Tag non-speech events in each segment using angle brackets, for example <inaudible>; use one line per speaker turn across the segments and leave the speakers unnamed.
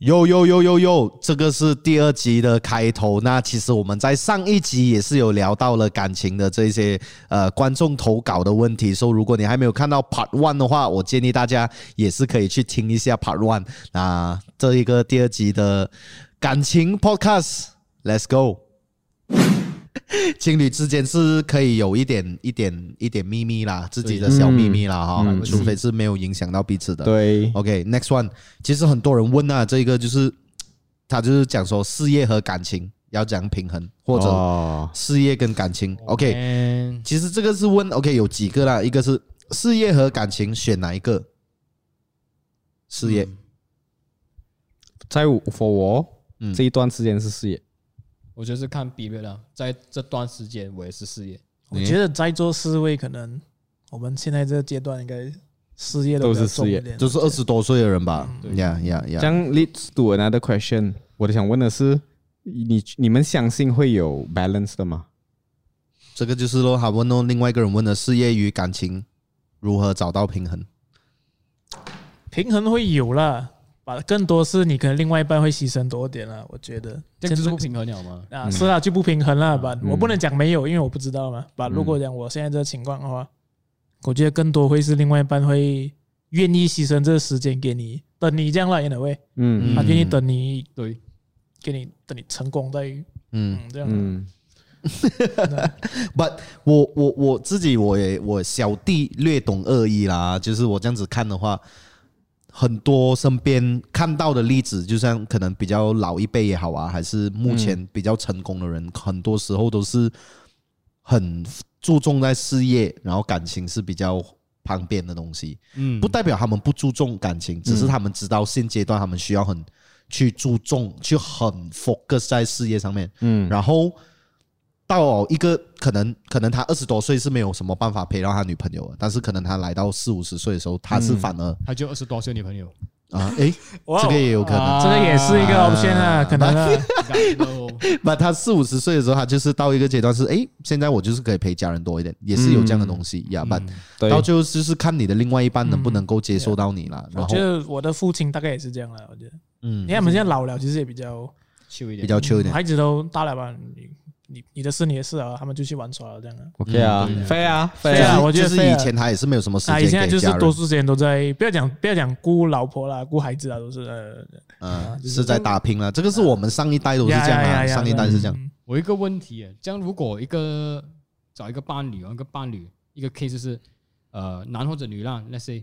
呦呦呦呦呦，这个是第二集的开头。那其实我们在上一集也是有聊到了感情的这些呃观众投稿的问题，所以如果你还没有看到 Part One 的话，我建议大家也是可以去听一下 Part One。那这一个第二集的感情 Podcast，Let's go。情侣之间是可以有一点一点一点秘密啦，自己的小秘密啦哈、
嗯嗯
除非是没有影响到彼此的。
对，
OK，next、one，其实很多人问啊，这个就是他就是讲说事业和感情要怎样平衡，或者
哦
事业跟感情。OK，
嗯
其实这个是问 OK 有几个啦，一个是事业和感情选哪一个？事业，
在我 for 我
嗯
这一段时间是事业，
我就是看 B 面了，在这段时间我也是事业，
我觉得在座四位可能我们现在这个阶段应该事业
都
比较
是事
重
业
一点
就是二十多岁的人吧
对
呀呀
这
呀，
样 leads to another question。我想问的是，你你们相信会有 balance 的吗？
这个就是咯。好问哦，另外一个人问的事业与感情如何找到平衡？
平衡会有啦，把更多是你可能另外一半会牺牲多一点啦，我觉得
这样就是不
现
平衡了嘛。
在啊，
嗯
是啦，就不平衡啦。把、
嗯
我不能讲没有，因为我不知道嘛。把如果讲我现在这个情况的话，我觉得更多会是另外一半会愿意牺牲这个时间给你，等你这样啦，因为
嗯
他愿意等你，
对，
给你等你成功在
嗯，
嗯这样。
嗯
But 我我我自己我也我小弟略懂二意啦，就是我这样子看的话，很多身边看到的例子，就像可能比较老一辈也好啊，还是目前比较成功的人，很多时候都是很注重在事业，然后感情是比较旁边的东西。
嗯
不代表他们不注重感情，只是他们知道现阶段他们需要很去注重，去很 focus 在事业上面。
嗯
然后到一个可能可能他二十多岁是没有什么办法陪到他女朋友的，但是可能他来到四五十岁的时候，他是反而、
他就二十多岁女朋友，
啊，诶，
哇哦
这个也有可能。 <laughs>
啊
这个也是一个 option 啊，可能啊，
那、他四五十岁的时候，他就是到一个阶段是诶，现在我就是可以陪家人多一点，也是有这样的东西呀。但、
对
到最后就是看你的另外一半能不能够接受到你啦。
我
然后
觉得我的父亲大概也是这样了。我觉得，
嗯
你，嗯看我们现在老了，其实也比较，
秀一点，
比较 chill 一点。
孩子都大了吧，你你你的事你的事啊，他们就去玩耍了这样啊。
，OK 啊
嗯对，
飞啊
对
飞
啊
啊，
我觉得
就是
非啊
以前他也是没有什么时
啊，
间
以前
给
就是
家
多
人，
数时间都在，不要讲不要讲顾老婆啦，顾孩子啊，都是呃，
嗯，
就是
是在打拼了。这个是我们上一代都是这样
呀呀
啊，
呀呀
上一代是这样。
嗯
<laughs> 我有一个问题耶，这样如果一个找一个伴侣，一个伴侣一个 case 是，呃，男或者女啦，那些，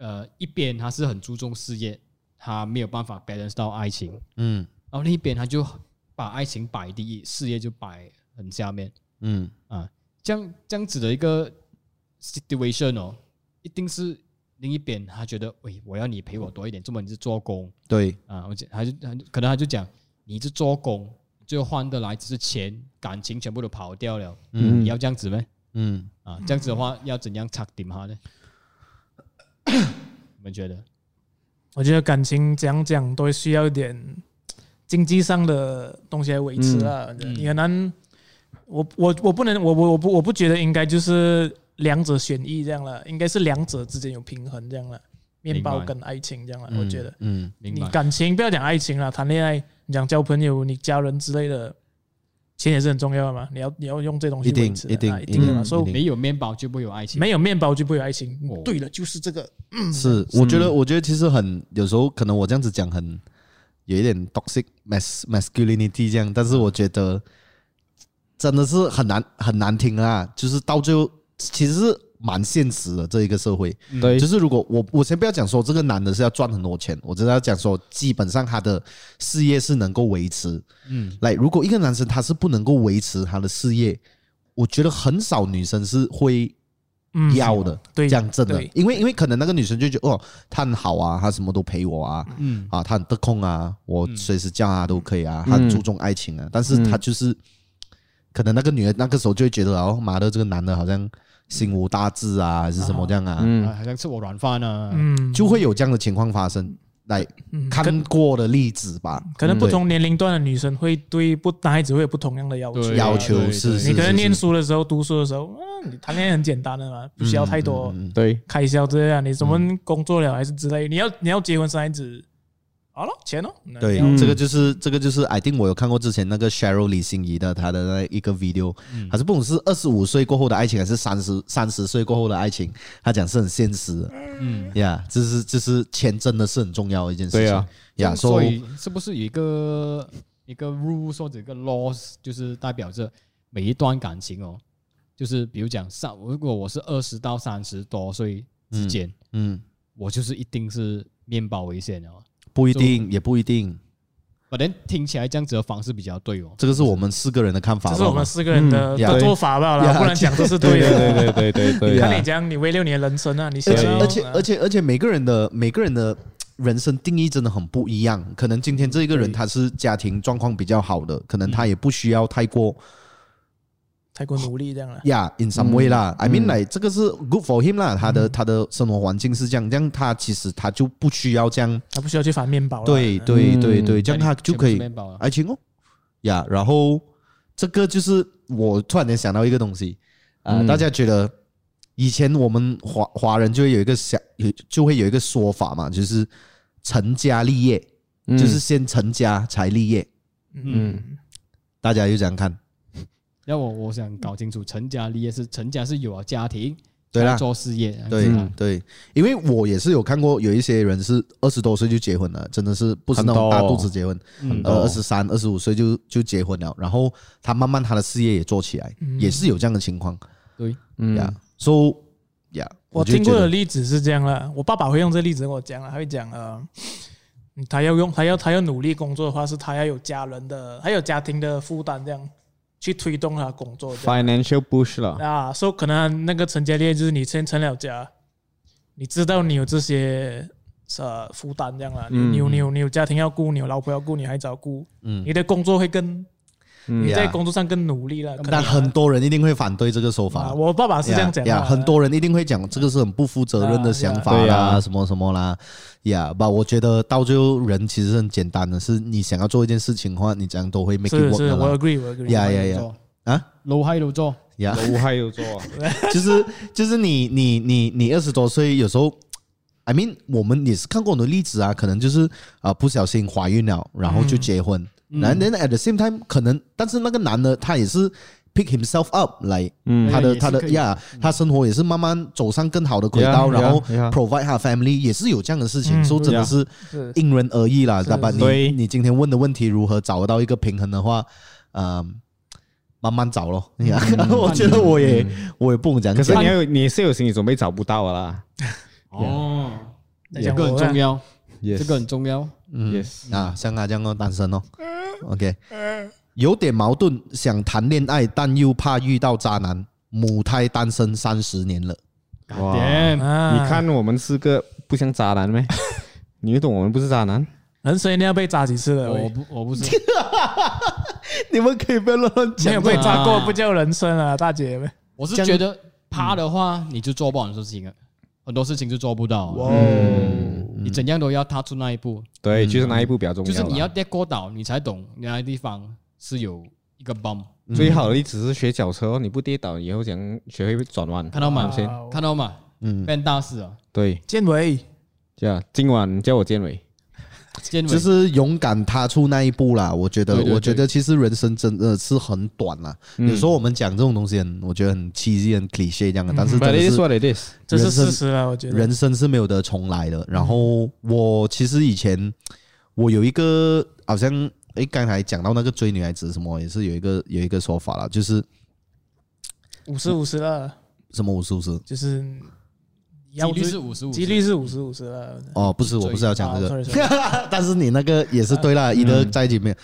呃，一边他是很注重事业，他没有办法 balance 到爱情，
嗯
然后另一边他就把爱情摆第一，事业就摆很下面
嗯，
啊，这样这样子的一个 situation 哦，一定是另一边他觉得，喂，我要你陪我多一点，这么你是做工，
对，
啊，我就他就他就可能他就讲，你是做工，最后换得来只是钱，感情全部都跑掉了，
嗯
你要这样子呗？
嗯，
啊，这样子的话要怎样插点
<coughs>
他呢？你们觉得？
我觉得感情讲讲都会需要一点经济上的东西来维持啊，我觉得
嗯
你很难，我我我不能，我我我不我不觉得应该就是两者选一这样了，应该是两者之间有平衡这样了，面包
明白
跟爱情这样了，我觉得。
嗯，
明
你
白？
感情不要讲爱情了，谈恋爱你讲交朋友、你家人之类的，钱也是很重要的嘛。你要你要用这东西
一定
维持的
一定
啊一定的嘛。
嗯
所以
一定
没有面包就不会有爱情。
没有面包就不会有爱情
哦。
对了，就是这个。
是，我觉得，我觉得其实很，有时候可能我这样子讲很有一点 toxic mas masculinity 这样，但是我觉得真的是很难很难听啊，就是到最后其实是蛮现实的这一个社会，
对
就是如果我我先不要讲说这个男的是要赚很多钱，我只是要讲说基本上他的事业是能够维持，
嗯，
来，如果一个男生他是不能够维持他的事业，我觉得很少女生是会
嗯，
要的。
对，
讲真的
对，
因为因为可能那个女生就觉得哦，他很好啊，他什么都陪我啊，
嗯
啊，他很得空啊，我
嗯
随时叫他都可以啊，他很注重爱情啊，但是他就是可能那个女的那个时候就会觉得哦，妈的，这个男的好像心无大志啊，还是什么这样啊，
嗯
啊好像吃我软饭啊。
嗯，
就会有这样的情况发生。来
嗯可
看过的例子吧，
可能
嗯
不同年龄段的女生会对不男孩子会有不同样的要求
对。
要求
对
是
对
是
你可能
是
念书的时候、读书的时候，啊，你谈恋爱很简单的嘛，不需要太
嗯
多
嗯嗯嗯嗯
对，
开销这样。你什么工作了还是之类，你要你要结婚生孩子，好了，钱哦，那
对，
要
嗯
这个就是这个就是，I think 我有看过之前那个 Cheryl 李心怡的她的那一个 video，她
嗯
是不管是二十五岁过后的爱情，还是三十三十岁过后的爱情，她讲是很现实的，
嗯，
呀，这是这是钱真的是很重要的一件事
对
情，
啊，
呀，
所
所以
以是不是有一个一个 rules 或者一个 laws，就是代表着每一段感情哦，就是比如讲上，如果我是二十到三十多岁之间，
嗯，
我就是一定是面包为先的哦。
不一定，也不一定，
反正听起来这样子的方式比较对哦。
这个是我们四个人的看法
这
吧，
是我们四个人的
嗯
的
对
做法吧，
呀
啦，不然讲这是
对
的。
对对对对对
你
对，
看你讲，你为六年人生啊，你
而
想
且
要
而且而且而且每个人的每个人的人生定义真的很不一样。可能今天这一个人
对嗯
他是家庭状况比较好的，可能他也不需要太过
太过努力这样了。
呀、yeah,，in some way 啦。I mean
嗯
like 这个是 good for him 啦，他的他的生活环境是这样，这样他其实他就不需要这样。
他不需要去翻面包了。
对
嗯
对
嗯
对对，这样他就可以
面包啊。
爱情哦呀。然后这个就是我突然间想到一个东西啊、
嗯
大家觉得以前我们华华人就会有一个想，有就会有一个说法嘛，就是成家立业，
嗯
就是先成家才立业。
嗯，
大家就这样看，
要我我想搞清楚，成家立业是成家是有了家庭，
对啦
才做事业，
对、
嗯
对，因为我也是有看过有一些人是二十多岁就结婚了，真的是不是那
很多
种大肚子结婚，
嗯
呃，
多
二十三、二十五岁就就结婚了，然后他慢慢他的事业也做起来，
嗯
也是有这样的情况
对，
嗯
呀。So 呀，
我
就
听
觉
过
得
的例子是这样啦，我爸爸会用这例子跟我讲了，他会讲呃，嗯他要用他要他要努力工作的话，是他要有家人的，还有家庭的负担这样去推动他工作这样。
financial push 了，
啊，所以可能那个成家立业就是你先成了家，你知道你有这些呃负担这样啦，你
嗯
你有
嗯
你有你有家庭要顾，你有老婆要顾，你还早顾，
嗯
你的工作会更
嗯
你在
Yeah
工作上更努力了。可能
但很多人一定会反对这个说
啊，
法。
我爸爸是这样讲的啊
呀
啦，
很多人一定会讲这个是很不负责任的想法
啊对
啦，
啊
什么什么啦，呀，吧，我觉得到最后人其实很简单的，是你想要做一件事情的话，你怎样都会 make it
是
work
是，
的
我
啦。
agree 我 agree。
呀呀呀
呀
啊
，low high 都做，
呀，
有害有做啊， <laughs>
就是就是你你你你二十多岁，有时候，I mean，我们也是看过很多例子啊，可能就是啊、呃不小心怀孕了，然
嗯
后就结婚，
嗯
然后 then at the same time 可能，但是那个男的他也是 pick himself up 来、
嗯
他
也
的
是
他的
可以
呀他生活也是慢慢走上更好的轨
Yeah，
道然后
yeah，yeah
provide 他 family 也是有这样的事情，
嗯
所以真的
yeah
是
是
因人而异啦，
是
大吧？你
对
你今天问的问题如何找到一个平衡的话，嗯。慢慢找咯，呀 <laughs> 我觉得我也我也不能讲。
嗯可是你要有你是有心理准备找不到的啦
哦，
在
这
讲
个很
我
重
啊
要，
，yes，
这个很重要，
嗯
yes，
啊，像他这样哦，单身哦。OK，有点矛盾，想谈恋爱，但又怕遇到渣男，母胎单身三十年了。
哇
Damn，
啊
你看我们是个不像渣男
<laughs>
咩？你懂我们不是渣男，
人生一定要被扎几次
哦
的，
我
喂
不我不是，
你们可以不要乱乱
没
讲
有
话
被扎过
啊
不叫人生啊，大姐。
我是
这样
觉得怕的话，你就做不好很多事情了，很多事情就做不到啊，
嗯
哦，
你怎样都要踏出那一步，
对，就是那一步比较重
嗯就是
要
你要
啦。
跌过倒，你才懂原来地方是有一个 bump，
哦
嗯最好的例子是学脚车哦，你不跌倒，以后讲学会转弯。
看到吗
先
哇哦？
看到吗？
嗯，
变大事啊，
对，
建伟，
这样今晚叫我建伟。
肩
就
尾
是勇敢踏出那一步啦。我觉得，
对对对嗯
我觉得其实人生真的是很短啦。有时候我们讲这种东西很，我觉得很 cheesy、很 cliche 这样啊的，但
嗯
是
But
真的
it is
是
what it is。
这是
人生
事实啊，我觉得。
人生是没有得重来的。然后我其实以前我有一个好像诶，刚才讲到那个追女孩子什么，也是有一个有一个说法啦，就是
五十五十了，
什么五十五十
就是
几率
追
是五十五，
几率是五十五十了。
哦，不是，我不是要讲这个
啊，sorry，sorry，
<laughs> 但是你那个也是对啦，一个在里面。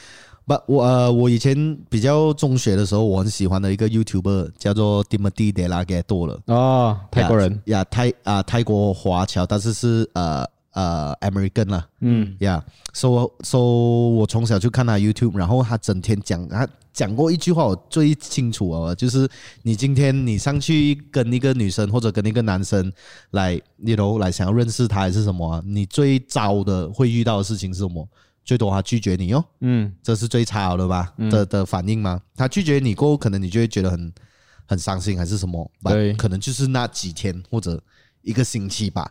不，我呃，我以前比较中学的时候，我很喜欢的一个 YouTuber 叫做 Timothy De La g e t o 了，
哦，泰国人。
呀，泰啊、泰国华侨，但是是呃呃 American 啦，
嗯
呀、yeah,，so so 我从小就看他 YouTube，然后他整天讲，他讲过一句话我最清楚哦，就是你今天你上去跟一个女生或者跟一个男生来，you know，来想要认识他还是什么啊、你最糟的会遇到的事情是什么？最多他拒绝你哦，
嗯
这是最差的吧、的的反应吗？他拒绝你过后，可能你就会觉得很很伤心还是什么？
对
but 可能就是那几天或者一个星期吧。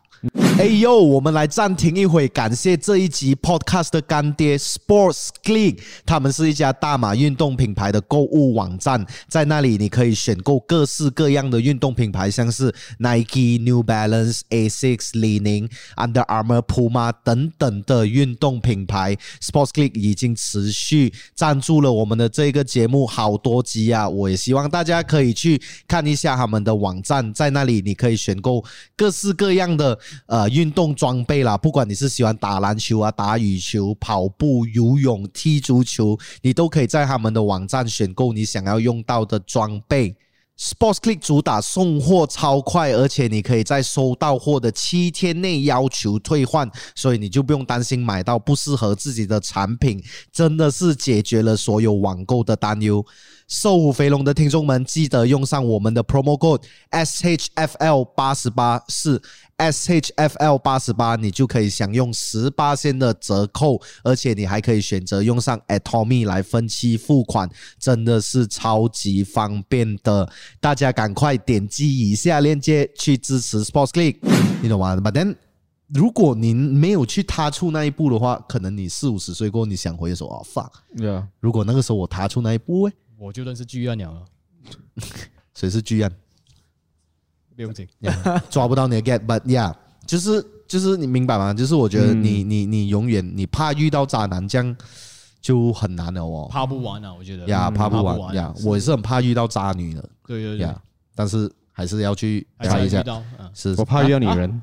哎呦，我们来暂停一会，感谢这一集 Podcast 的干爹 Sports Click，他们是一家大马运动品牌的购物网站，在那里你可以选购各式各样的运动品牌，像是 Nike、New Balance、Asics、李宁、Under Armour、Puma 等等的运动品牌。Sports Click 已经持续赞助了我们的这个节目好多集啊，我也希望大家可以去看一下他们的网站，在那里你可以选购各式各样的呃运动装备啦，不管你是喜欢打篮球啊、打羽球、跑步、游泳、踢足球，你都可以在他们的网站选购你想要用到的装备。Sports Click 主打送货超快，而且你可以在收到货的七天内要求退换，所以你就不用担心买到不适合自己的产品，真的是解决了所有网购的担忧。瘦虎肥龙的听众们，记得用上我们的 promo code SHFL 八十八，是 SHFL 八十八，你就可以享用十八先的折扣，而且你还可以选择用上 Atomy 来分期付款，真的是超级方便的。大家赶快点击以下链接去支持 Sports Click，你懂吗？But then，如果您没有去踏出那一步的话，可能你四五十岁过后，你想回的时候啊，放。
Yeah，
如果那个时候我踏出那一步、欸，
我就认识剧院鸟啊了，
谁是剧院？
不
<laughs>
用紧。
Yeah，抓不到你的 get，but yeah，就是就是你明白吗？就是我觉
嗯
得你、你你永远你怕遇到渣男，这样就很难了哦。
怕不完啊，我觉得
呀、
嗯
怕不
啊
完呀我也是很怕遇到渣女的
对对对
呀，但是还是要去
还
查一
是会
下
遇。到，嗯，
是
我怕遇到女人。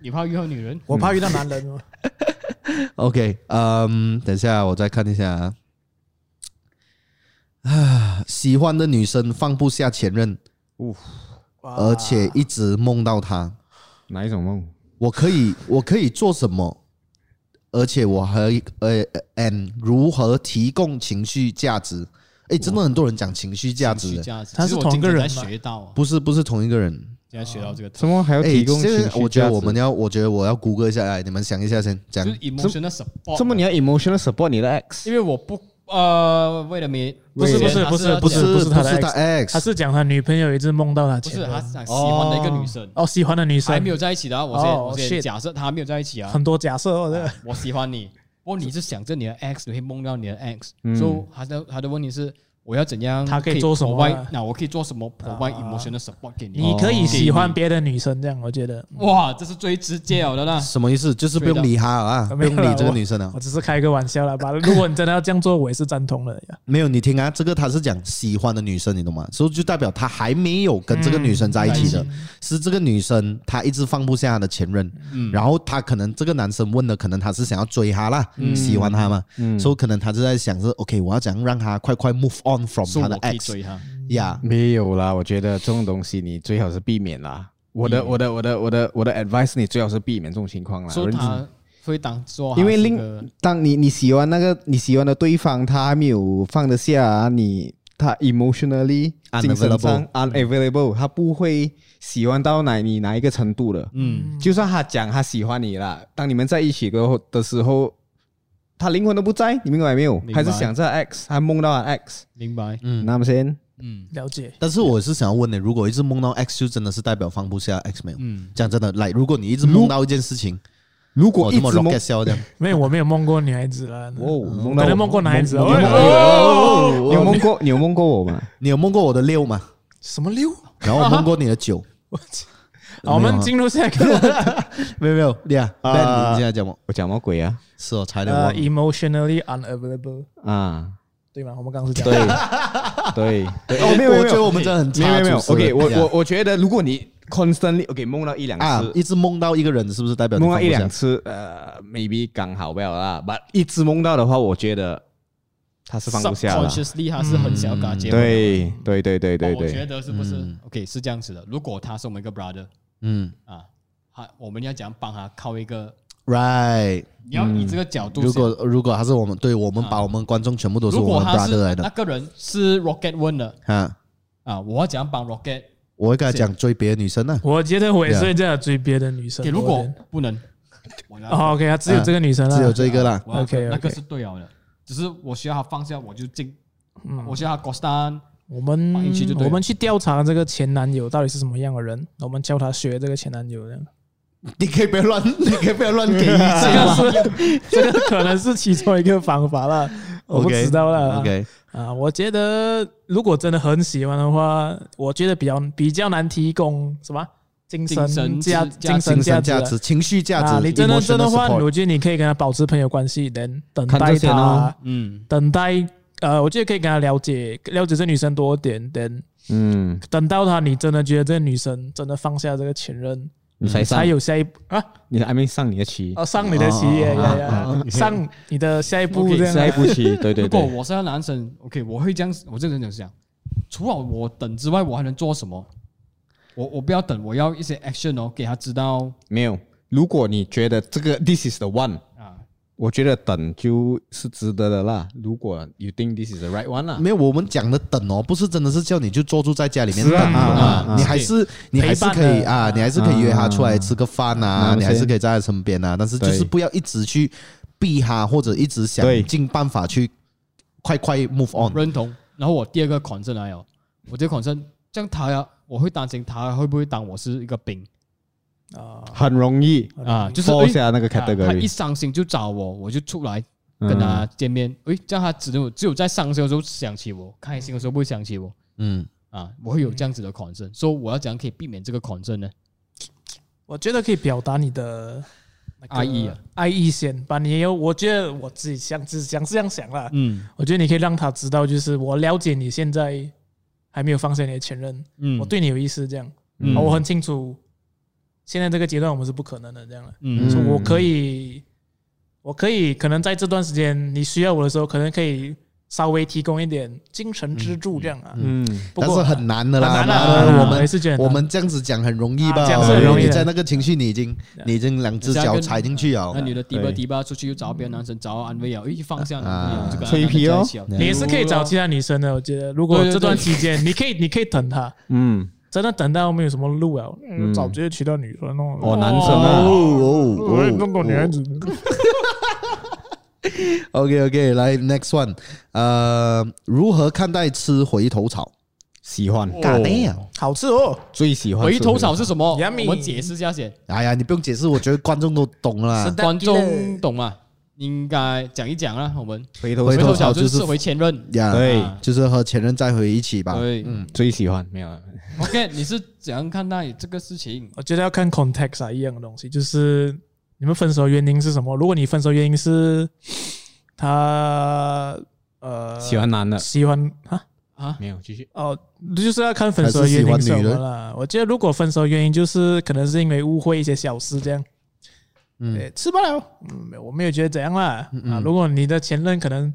你怕遇到女人？
我怕遇到男人
嗯
哦。
OK，嗯，等一下我再看一下 <sighs> 啊。啊，喜欢的女生放不下前任，
哇
而且一直梦到他。
哪一种梦？
我可以我可以做什么？而且我还呃，and 如何提供情绪价值？诶，真的很多人讲情绪价值
情绪
的，
价值，
他是
其实我
同一个
今天
人
才
吗
学到啊，
不是不是同一个人。
今天学到
哦
这个
什
词，
么还要
诶，
提供情
这
绪
个我觉
价
得
值
我们要，我觉得我要谷歌一下，哎，你们想一下先，讲
就是 emotional support。啊
这么你要 emotional support 你的 ex，
因为我不呃，为了没
不是不是不是
不
这
是
个不
是
是他的
他 X，
他是讲他女朋友一直梦到他
不
前
是
任，
他是喜欢的一个女生，
哦，喜欢的女生
还没有在一起的啊。我先
哦
我先
shit
假设他没有在一起啊，
很多假设，我哦这个
我喜欢你，不过你是想着你的 x 你会梦到你的 x 所以他的他的问题是。我要怎样？
嗯他可以
可以
做什么
provide-
啊
那我可以做什么？provide
啊
emotional support 给你。
你可以喜欢别的女生这样，我觉得
哇，这是最直接了的啦。
什么意思？就是不用理他啊，不
没有
用
啦
理这个女生啊
我。只是开个玩笑啦。吧。如果你真的要这样做，我也是赞同的呀。
没有，你听啊，这个他是讲喜欢的女生，你懂吗？所以就代表他还没有跟这个女生在一起的，是这个女生她一直放不下她的前任，然后她可能这个男生问的，可能他是想要追她啦，喜欢她嘛，所以可能他就在想是 OK，我要怎样让她快快 move on from
说
她
我
的
可以
ex
追他，
呀、
没有啦，我觉得这种东西你最好是避免啦。我的我的我的我的我的 advice 你最好是避免这种情况啦。
说
人
他会当做
因为
另
另当你你喜欢那个你喜欢的对方，他还没有放得下你，他 emotionally 精神上 unavailable，他不会喜欢到哪你哪一个程度的。
嗯，
就算他讲他喜欢你啦，当你们在一起过后的时候，他灵魂都不在，你明白没有？
明白
还是想着 X，还梦到 X，
明白，
嗯，那么先
嗯
了解，
但是我是想要问的，如果一直梦到 X，就真的是代表放不下 X 没有？
嗯，
讲真的，来，如果你一直梦到一件事情，
如
我
果一
这
直
么
梦
rocket 笑这样，
没有，我没有梦过女孩子啦。
哦，梦
可
到
能梦过男孩子哦
梦
哎
梦
哦
你有梦过你有梦过我吗？
你有梦过我的六吗？
什么六？
然后我梦过你的九，
好，我们进入下一个问题
没有没有，对啊，
啊
那你现在讲吗？
我讲什么鬼啊？
是哦，差点忘
呃
了。
，emotionally unavailable，
啊，
对吗？我们刚
<laughs>
刚是讲
对对对，哦，没有没有，
我觉
没
得
有
我们真的很
没
差。
有没有
主持
，OK，
人
我我
呀
我觉得如果你 constantly OK 梦到一两
啊，
次，
一直梦到一个人，是不是代表你
梦到
放不
一两
下
次，呃，maybe 刚好不要啦，but 一直梦到的话，我觉得他是放不下了。
，subconsciously 他是
嗯
很想要跟他结婚的，
对对对对对
哦我觉
对，
得是不是？OK，是这样子的，如果他是我们一个 brother
嗯
啊，他我们要怎样帮他靠一个？
，right。
嗯
你要以这个角度
如
想，
果如果他是我们，对我们把我们观众全部都是
如
我
果
们
他是
brother 来
那
的
个人是 Rocket One 的
啊，
啊，我要怎样帮 Rocket？
我会跟他讲追别的女生啊呢。
我觉得我也是会这样追别的女生。
给如
我
果
觉得
不
<laughs>
能，我要
哦，OK，他只有这个女生了，
只有这个啦，
我要
OK，OK
那个是啊对了的，只是我需要他放下，我就进，
嗯
我需要他 Gostan
我们
放进去就对了
<laughs>
我们去调查这个前男友到底是什么样的人，我们教他学这个前男友这样。
<laughs> 你可以不要乱，你可以不要乱给意
<laughs>
见
这个
吗
是这个可能是其中一个方法啦，我不
<laughs> ？OK，
知道啦。
OK，
啊，我觉得如果真的很喜欢的话，我觉得比较比较难提供什么精神
精神价
价精神
精神
价
价值、情绪价值
啊，，你真的
emotional
真的话，
support
我觉得你可以跟他保持朋友关系，能等
看
待
这些
他，
啊
咯
嗯，
等待呃，我觉得可以跟他了解了解这女生多一点，等
嗯，
等到他你真的觉得这女生真的放下这个前任，嗯
你才上
才，有下一步啊，
你还没上你的棋，
哦，上你的棋，
哦
呀呀
哦
呀，上你的下一步
OK，
这样
下一
啊。
步
<laughs>
棋，对对
如果
对，
我是个男生，OK，我会这样，我这个人就是这样，除了我等之外，我还能做什么？我我不要等，我要一些 action 哦，给他知道
没有。如果你觉得这个 this is the one，
啊，
我觉得等就是值得的啦。如果 you think this is the right one 啦，
没有，我们讲的等哦，不是真的是叫你就坐住在家里面
是
等
啊
啊
啊，
你还是你还是可以
陪伴的
啊，你还是可以约他出来吃个饭啊，
嗯
你还是可以在他身边啊，但是就是
对
不要一直去逼他，或者一直想
对
尽办法去快快 move on。
认同。然后我第二个 concern 来哦，我这个 concern，这样他呀，我会担心他会不会当我是一个兵
啊
很容易
啊，就是
fall
哎
下那个
啊他一
category。
伤心就找我，我就出来
嗯
跟他见面。诶，这样他只有只有在伤心的时候想起我，开心的时候不会想起我
嗯，
啊。我会有这样子的 concern，所以我要怎样可以避免这个 concern 呢？
我觉得可以表达你的那个
爱意啊，
爱意先把你有，我觉得我自己想只想是这样想啦。
嗯
我觉得你可以让他知道，就是我了解你现在还没有放下你的前任，
嗯
我对你有意思，这样，
嗯
啊我很清楚，现在这个阶段我们是不可能的，这样了。
嗯
所以
嗯
我可以，我可以可能在这段时间你需要我的时候，可能可以稍微提供一点精神支柱这样啊。
嗯，
不
但
过
是很难的啦，
很难
妈
啊
的
很难啊
我
我也
们
是觉得很
我
难
们这样子讲很容易吧？
啊这样是很容易的
你在那个情绪，你已经你已经两只脚踩进去啊了
啊
那。女的低吧
对
低吧出去又找别的男生找安慰啊，诶，放下男朋友
啊
就跟
吹皮哦
你也是可以找其他女生的，我觉得，如果
对对
这
对
段期
<laughs>
间你可以，你可以等她，
嗯，
真的等到没有什么路了，嗯早直接娶到女生哦。
哦，男生啊，
哦
我也哎弄过女孩子。嗯
OK OK，来 next one，呃，如何看待吃回头草？
喜欢，
干那
啊
呀！
好吃哦，
最喜欢
回头草是什么？
Yummy
我们解释一下先，
哎呀，你不用解释，我觉得观众都懂了啦。
观众懂吗？应该讲一讲啊啦，我们
回头
回
回
头
头
草
草
就是
就是回前任，
呀，
对
啊
就是和前任再回一起吧。
对
嗯，
最喜欢没有啊？
，OK，你是怎样看待这个事情？
我觉得要看 context 啊，一样的东西，就是你们分手原因是什么？如果你分手原因是他呃
喜欢男的
喜欢啊
啊，
没有？继续
哦，就是要看分手的原因是什么啦。我觉得如果分手原因就是可能是因为误会一些小事这样，
嗯，
对，吃不了，嗯，我没有觉得怎样啦啊。如果你的前任可能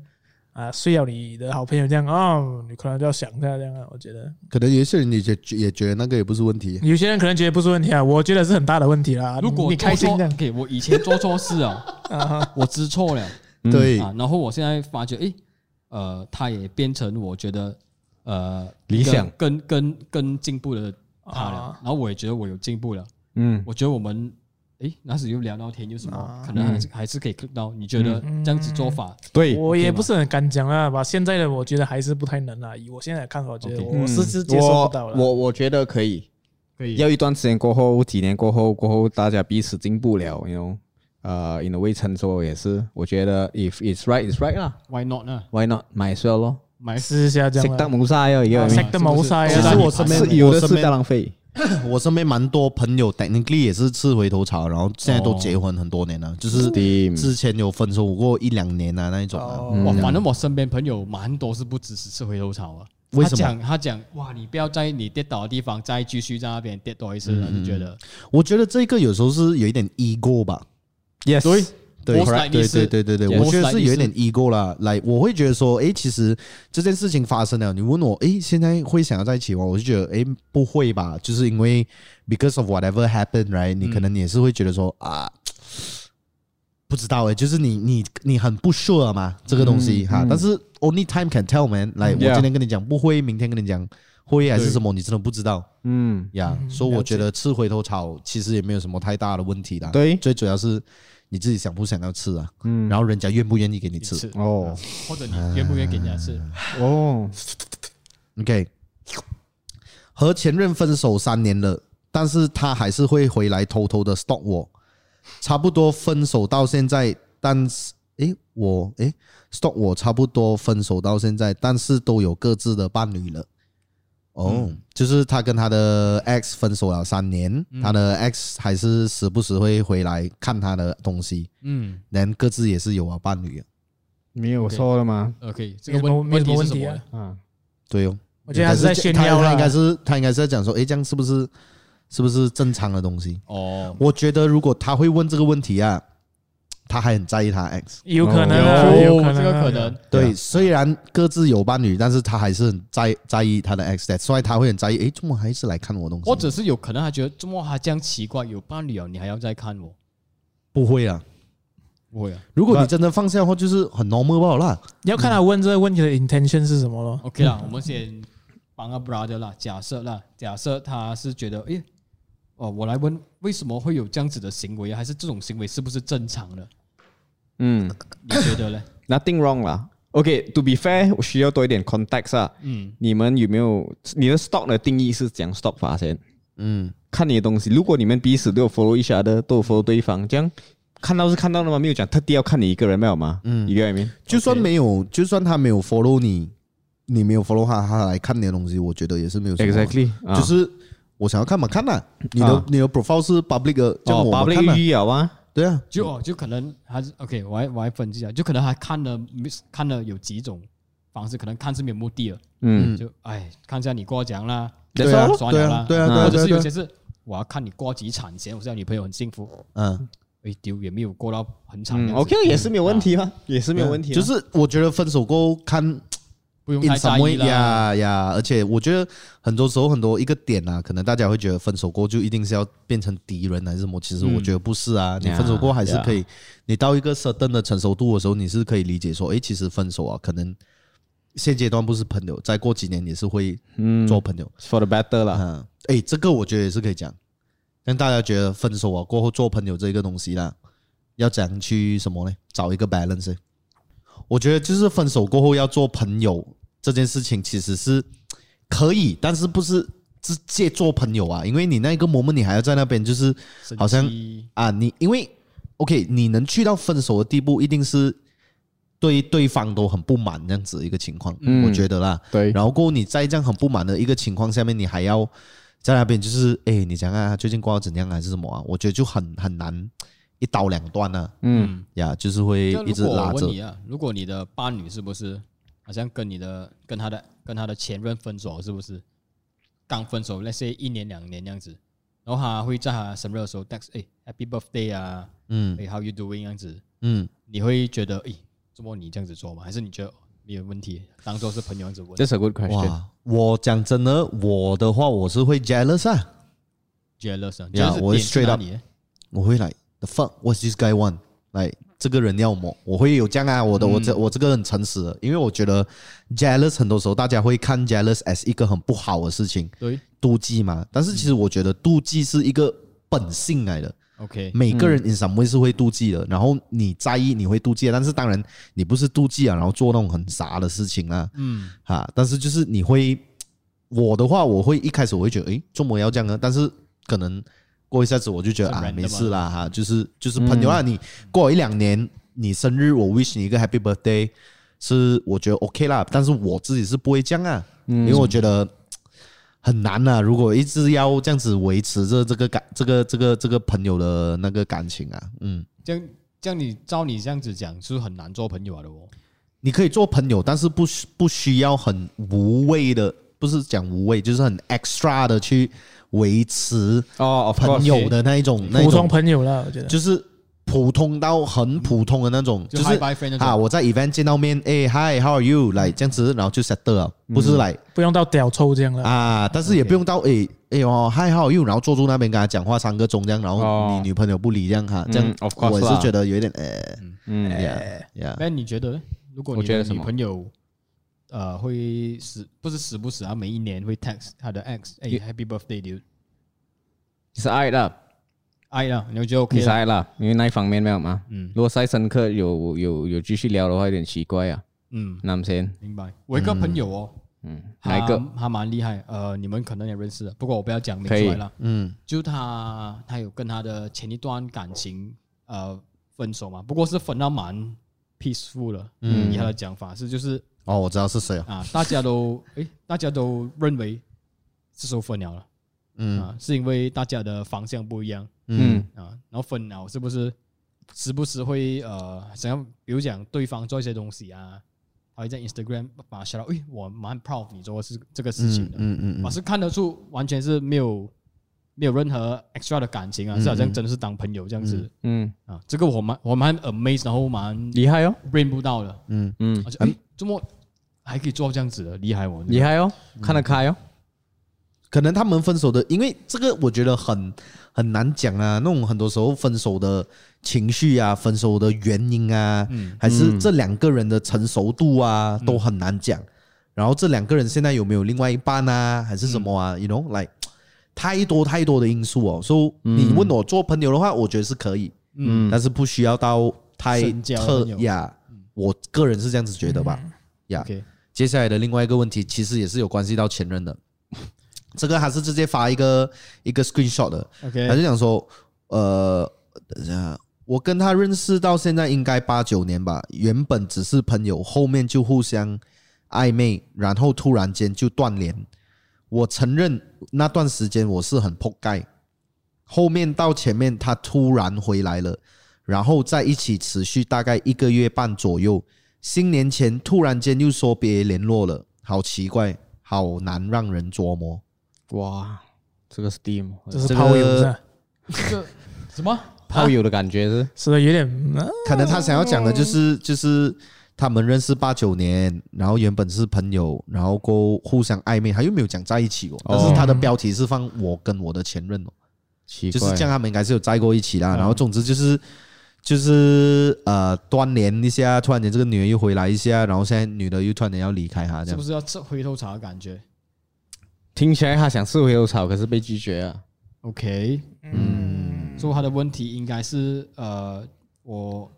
啊睡了你的好朋友这样哦，你可能就要想一下这样啊。我觉得
可能有一些人也觉也觉得那个也不是问题。
有些人可能觉得不是问题啊，我觉得是很大的问题啦。
如果
啊你开心这样
给我以前做错
<laughs>
事啊，
啊。
<laughs> 我知错了
嗯
对，
啊，然后我现在发觉，诶，呃，他也变成我觉得呃
理想
一个跟跟跟进步的他了哎
啊，
然后我也觉得我有进步了，
嗯，
我觉得我们诶，那时又聊到天，有什么
啊嗯
可能还是还是可以 click 到？你觉得这样子做法
对，
我也
OK 吗
不是很敢讲啦，把现在的我觉得还是不太能啦。以我现在的看法，我觉得
OK
我是是接受
我
不到了。
嗯我我觉得可以，
可以？
要一段时间过后，几年过后，过后大家彼此进步了，you know，呃，in a way 成熟也是，我觉得 if it's right it's right 啦
Why not 呢？
，why not 买 s well 咯，
买
试一下这
食
样
得
啦，
冇嘥啊，而家
啊
係
食
咪
食
得冇晒啊。
其
其
實
实
我
我
身
身
邊
边有的
我身
是
邊
在浪费，
<clears throat> 我身边蛮多朋友 technically 也是吃回头草，然后现在都结婚很多年了，就是之前有分手过一两年啊那一种啊。
哦
哇，反正我身边朋友蛮多是不支持吃回头草啊。
嗯为什么
他讲他讲，哇，你不要在你跌倒的地方再继续在那边跌倒一次了，你觉得？
我觉得这个有时候是有一点 ego 吧。
，yes，对，
对
Most
对
likely
对对
是
对对对，
Yeah.
我觉得
Most likely
是有一点 ego 啦。来，我会觉得说，诶，其实这件事情发生了，你问我，诶，现在会想要在一起吗？我就觉得，诶，不会吧，就是因为 because of whatever happened，right？你
嗯
可能也是会觉得说啊。不知道诶，就是你你你很不 sure 嘛，这个东
嗯
西哈，但是 only time can tell man。来，我
Yeah.
今天跟你讲不会，明天跟你讲会还是
对
什么，你真的不知道
嗯，
呀。所以我觉得吃回头草其实也没有什么太大的问题啦。
对
最主要是你自己想不想要吃啊，
嗯
然后人家愿不愿意给你
一次
吃。
哦
或者你愿不愿意给人家吃？
啊
哦，
OK，和前任分手三年了，但是他还是会回来偷偷的 stalk 我。差不多分手到现在，但是诶，我诶 stalk 我差不多分手到现在，但是都有各自的伴侣了。哦，就是他跟他的 ex 分手了三年，他的 ex 还是时不时会回来看他的东西，
嗯
连各自也是有啊伴侣啊。
没有我说了吗？
，OK，这
没
个
什么
问
没什么
问
问
题是什
题
么
啊
呢？。
啊，
对哦，
我觉得他是在炫耀
他
了，
应该是他应该是在讲说，诶，这样是不是是不是正常的东西？
哦，
我觉得如果他会问这个问题啊，他还很在意他 ex。
有可能
哦
啊，有可能啊，
这个可能，
对，虽然各自有伴侣，但是他还是很在在意他的 ex，所以他会很在意。诶，怎么还是来看我东西？
或者是有可能他觉得怎么还这样奇怪，有伴侣了你还要再看我？
不会啊？
不会啊
如果你真的放下的话，就是很 normal 罢了啦。
你要看他问这个问题的 intention 是什么咯。
<laughs>
，OK 啦，我们先帮阿 brother 啦，假设啦，假设他是觉得，诶，哦，我来问为什么会有这样子的行为啊，还是这种行为是不是正常的？
嗯
你觉得呢？
，nothing wrong 啦。OK，to、be fair，我需要多一点 context 啊。
嗯，
你们有没有你的 stock 的定义是讲 stock 法先？
嗯，
看你的东西，如果你们彼此都有 follow 一下的，都有 follow 对方，这样看到是看到了吗？没有讲特地要看你一个人，没有吗？嗯，一个人没。
就算没有，就算他没有 follow 你，你没有 follow 他，他来看你的东西，我觉得也是没有什么啊。
Exactly，啊
就是我想要看嘛，看啦。你的
啊
你的 profile 是 public 的，叫
哦
我们看
，public
啦。
预有啊，
对啊，
就哦，就可能还是 OK，我还我还分析一下，就可能还看了看了有几种方式，可能看是没有目的了，
嗯，
就哎看一下你过奖啦，
对啊，
爽
对
了
啊
啦，，
对啊，对啊
或
对
者
啊
是
对
有
啊
些是我要看你过几场钱，我知道女朋友很幸福，
嗯，
哎丢也没有过到很长
嗯，OK 也是没有问题啊，也是没有问题啊，
就是我觉得分手过后看
不用
in
太在
some way
意啦。
呀呀，而且我觉得很多时候很多一个点啊，可能大家会觉得分手过就一定是要变成敌人还是什么，其实我觉得不是啊，你
嗯呀
分手过还是可以，你到一个 certain 的成熟度的时候，你是可以理解说，诶，其实分手啊，可能现阶段不是朋友，再过几年也是会
嗯
做朋友。
for the better 啦。
嗯，诶，这个我觉得也是可以讲，但大家觉得分手啊过后做朋友这个东西啦，要怎样去什么呢？找一个 balance 欸。我觉得就是分手过后要做朋友这件事情，其实是可以，但是不是直接做朋友啊？因为你那个 moment 你还要在那边，就是
生气
好像啊，你因为 OK，你能去到分手的地步，一定是对对方都很不满这样子的一个情况，
嗯
我觉得啦。
对
然后过后你在这样很不满的一个情况下面，你还要在那边就是，哎，你想看他最近过得怎样啊还是什么啊？我觉得就很很难一刀两断呢、
嗯，
呀，就是会
就
一直
如果
拉
我问
着。
你啊，如果你的伴侣是不是好像跟你的跟他的跟他的前任分手，是不是刚分手那些一年两年这样子，然后他会在他生日的时候 text 哎 Happy Birthday 啊，
嗯
哎 How you doing 这样子，
嗯，
你会觉得哎，怎么你这样子做吗？还是你觉得没有问题，当做是朋友这样子问
这是 good question。
哇，我讲真的，我的话我是会 jealous 啊，
？Jealous，啊
Yeah，
就是
我
点
straight
去哪
up
里呢
我会来 the fuck what's this guy want？来，这个人要么我会有这样啊，我的、
嗯
我这我这个很诚实的，因为我觉得 jealous 很多时候大家会看 jealous as 一个很不好的事情，
对
妒忌嘛。但是其实我觉得妒忌是一个本性来的，
，OK，
每个人 in some way 是会妒忌的，然后你在意你会妒忌的，但是当然你不是妒忌啊，然后做那种很傻的事情啊，
嗯，
哈，但是就是你会，我的话我会一开始我会觉得，诶，做么要这样啊呢？但是可能过一下子我就觉得
自
啊
然，的
没
嘛
事啦，哈，就是就是朋友啊，你过一两年你生日，我 wish 你一个 happy birthday，是我觉得 OK 啦，但是我自己是不会这样啊，因为我觉得。很难呐、如果一直要这样子维持着这个感、这个、这个、这个朋友的那个感情啊，嗯，
这样这样你照你这样子讲，是不是很难做朋友的哦。
你可以做朋友，但是不需不需要很无谓的，不是讲无谓，就是很 extra 的去维持
哦，of
朋
course，
友的那一种，那一
普通
种
朋友啦，我觉得。
就是普通到很普通的那种，
就
就是
hi bye friend 那种
啊，我在 event 见到面，哎，hi，how are you？来这样子，然后就 settle 了，不是来
不用到屌臭这样了。
啊，但是也不用到哎哎哦嗨好又，然后坐住那边跟他讲话三个钟这样，然后
哦
你女朋友不理这样哈，这样
嗯，of course
我也是
啦
觉得有一点呃
嗯
呀，
那你觉得呢，如果
我
你
觉
的
得什
女
么
朋友呃会时不是时不时啊，每一年会 text 她的 ex，哎、
也
h a p p y birthday，dude，
你是爱啦，
爱了，你就
你
OK
是
了。
爱啦，因为那一方面没有嘛。
嗯
如果再深刻有有有继续聊的话，有点奇怪啊。
嗯，
那么先，
明白。我一个朋友哦，
嗯，
他
哪一个？
他蛮厉害，呃，你们可能也认识的，不过我不要讲名
可以
出来了。
嗯
就他他有跟他的前一段感情呃分手嘛，不过是分到蛮 peaceful 的。
嗯
以他的讲法是就是
哦，我知道是谁了，
啊，大家都诶，大家都认为是说分了了、
嗯
啊，是因为大家的方向不一样
嗯
啊，然后分了是不是时不时会呃，想要比如讲对方做一些东西啊，他会在 Instagram 把写到，诶，我蛮 proud 你做的是这个事情
嗯
的，
嗯嗯
我、
嗯，
是看得出完全是没有没有任何 extra 的感情啊，是好像真的是当朋友这样子、
嗯，
啊，这个我蛮我蛮 amazed，然后蛮
厉害哦，
brain 不到的，
嗯，
嗯
而，且诶，怎么还可以做到这样子的，厉害我，
厉害哦，看得开哦，
可能他们分手的，因为这个我觉得很很难讲啊。那种很多时候分手的情绪啊，分手的原因啊，
嗯
还是这两个人的成熟度啊，都很难讲。然后这两个人现在有没有另外一半啊，还是什么
嗯
啊、y o u know，like 太多太多的因素哦。所、以
嗯
你问我做朋友的话，我觉得是可以，
嗯
但是不需要到太
深交
特
朋友嗯
呀。我个人是这样子觉得吧。呀、
OK，
接下来的另外一个问题，其实也是有关系到前任的。这个他是直接发一个一个 screenshot 的，他
OK，
就讲说，呃，等一下，我跟他认识到现在应该八九年吧，原本只是朋友，后面就互相暧昧，然后突然间就断联。我承认那段时间我是很扑街，后面到前面他突然回来了，然后在一起持续大概一个月半左右，新年前突然间又说别联络了，好奇怪，好难让人琢磨。
哇，这个 Steam 哎
这是
这个
炮友是吧
这个什么？
炮友的感觉是，
是的，有点嗯啊
可能他想要讲的就是就是他们认识八九年，然后原本是朋友，然后过后互相暧昧，他又没有讲在一起哦。但是他的标题是放我跟我的前任哦，
奇
就
怪，
是这样，他们应该是有在过一起啦。
嗯
然后总之就是就是呃断联一下，突然间这个女的又回来一下，然后现在女的又突然间要离开他这
是不
样。
是要吃回头草的感觉
听起来他想吃回头草，可是被拒绝啊。
？OK，嗯，所以他的问题应该是呃，我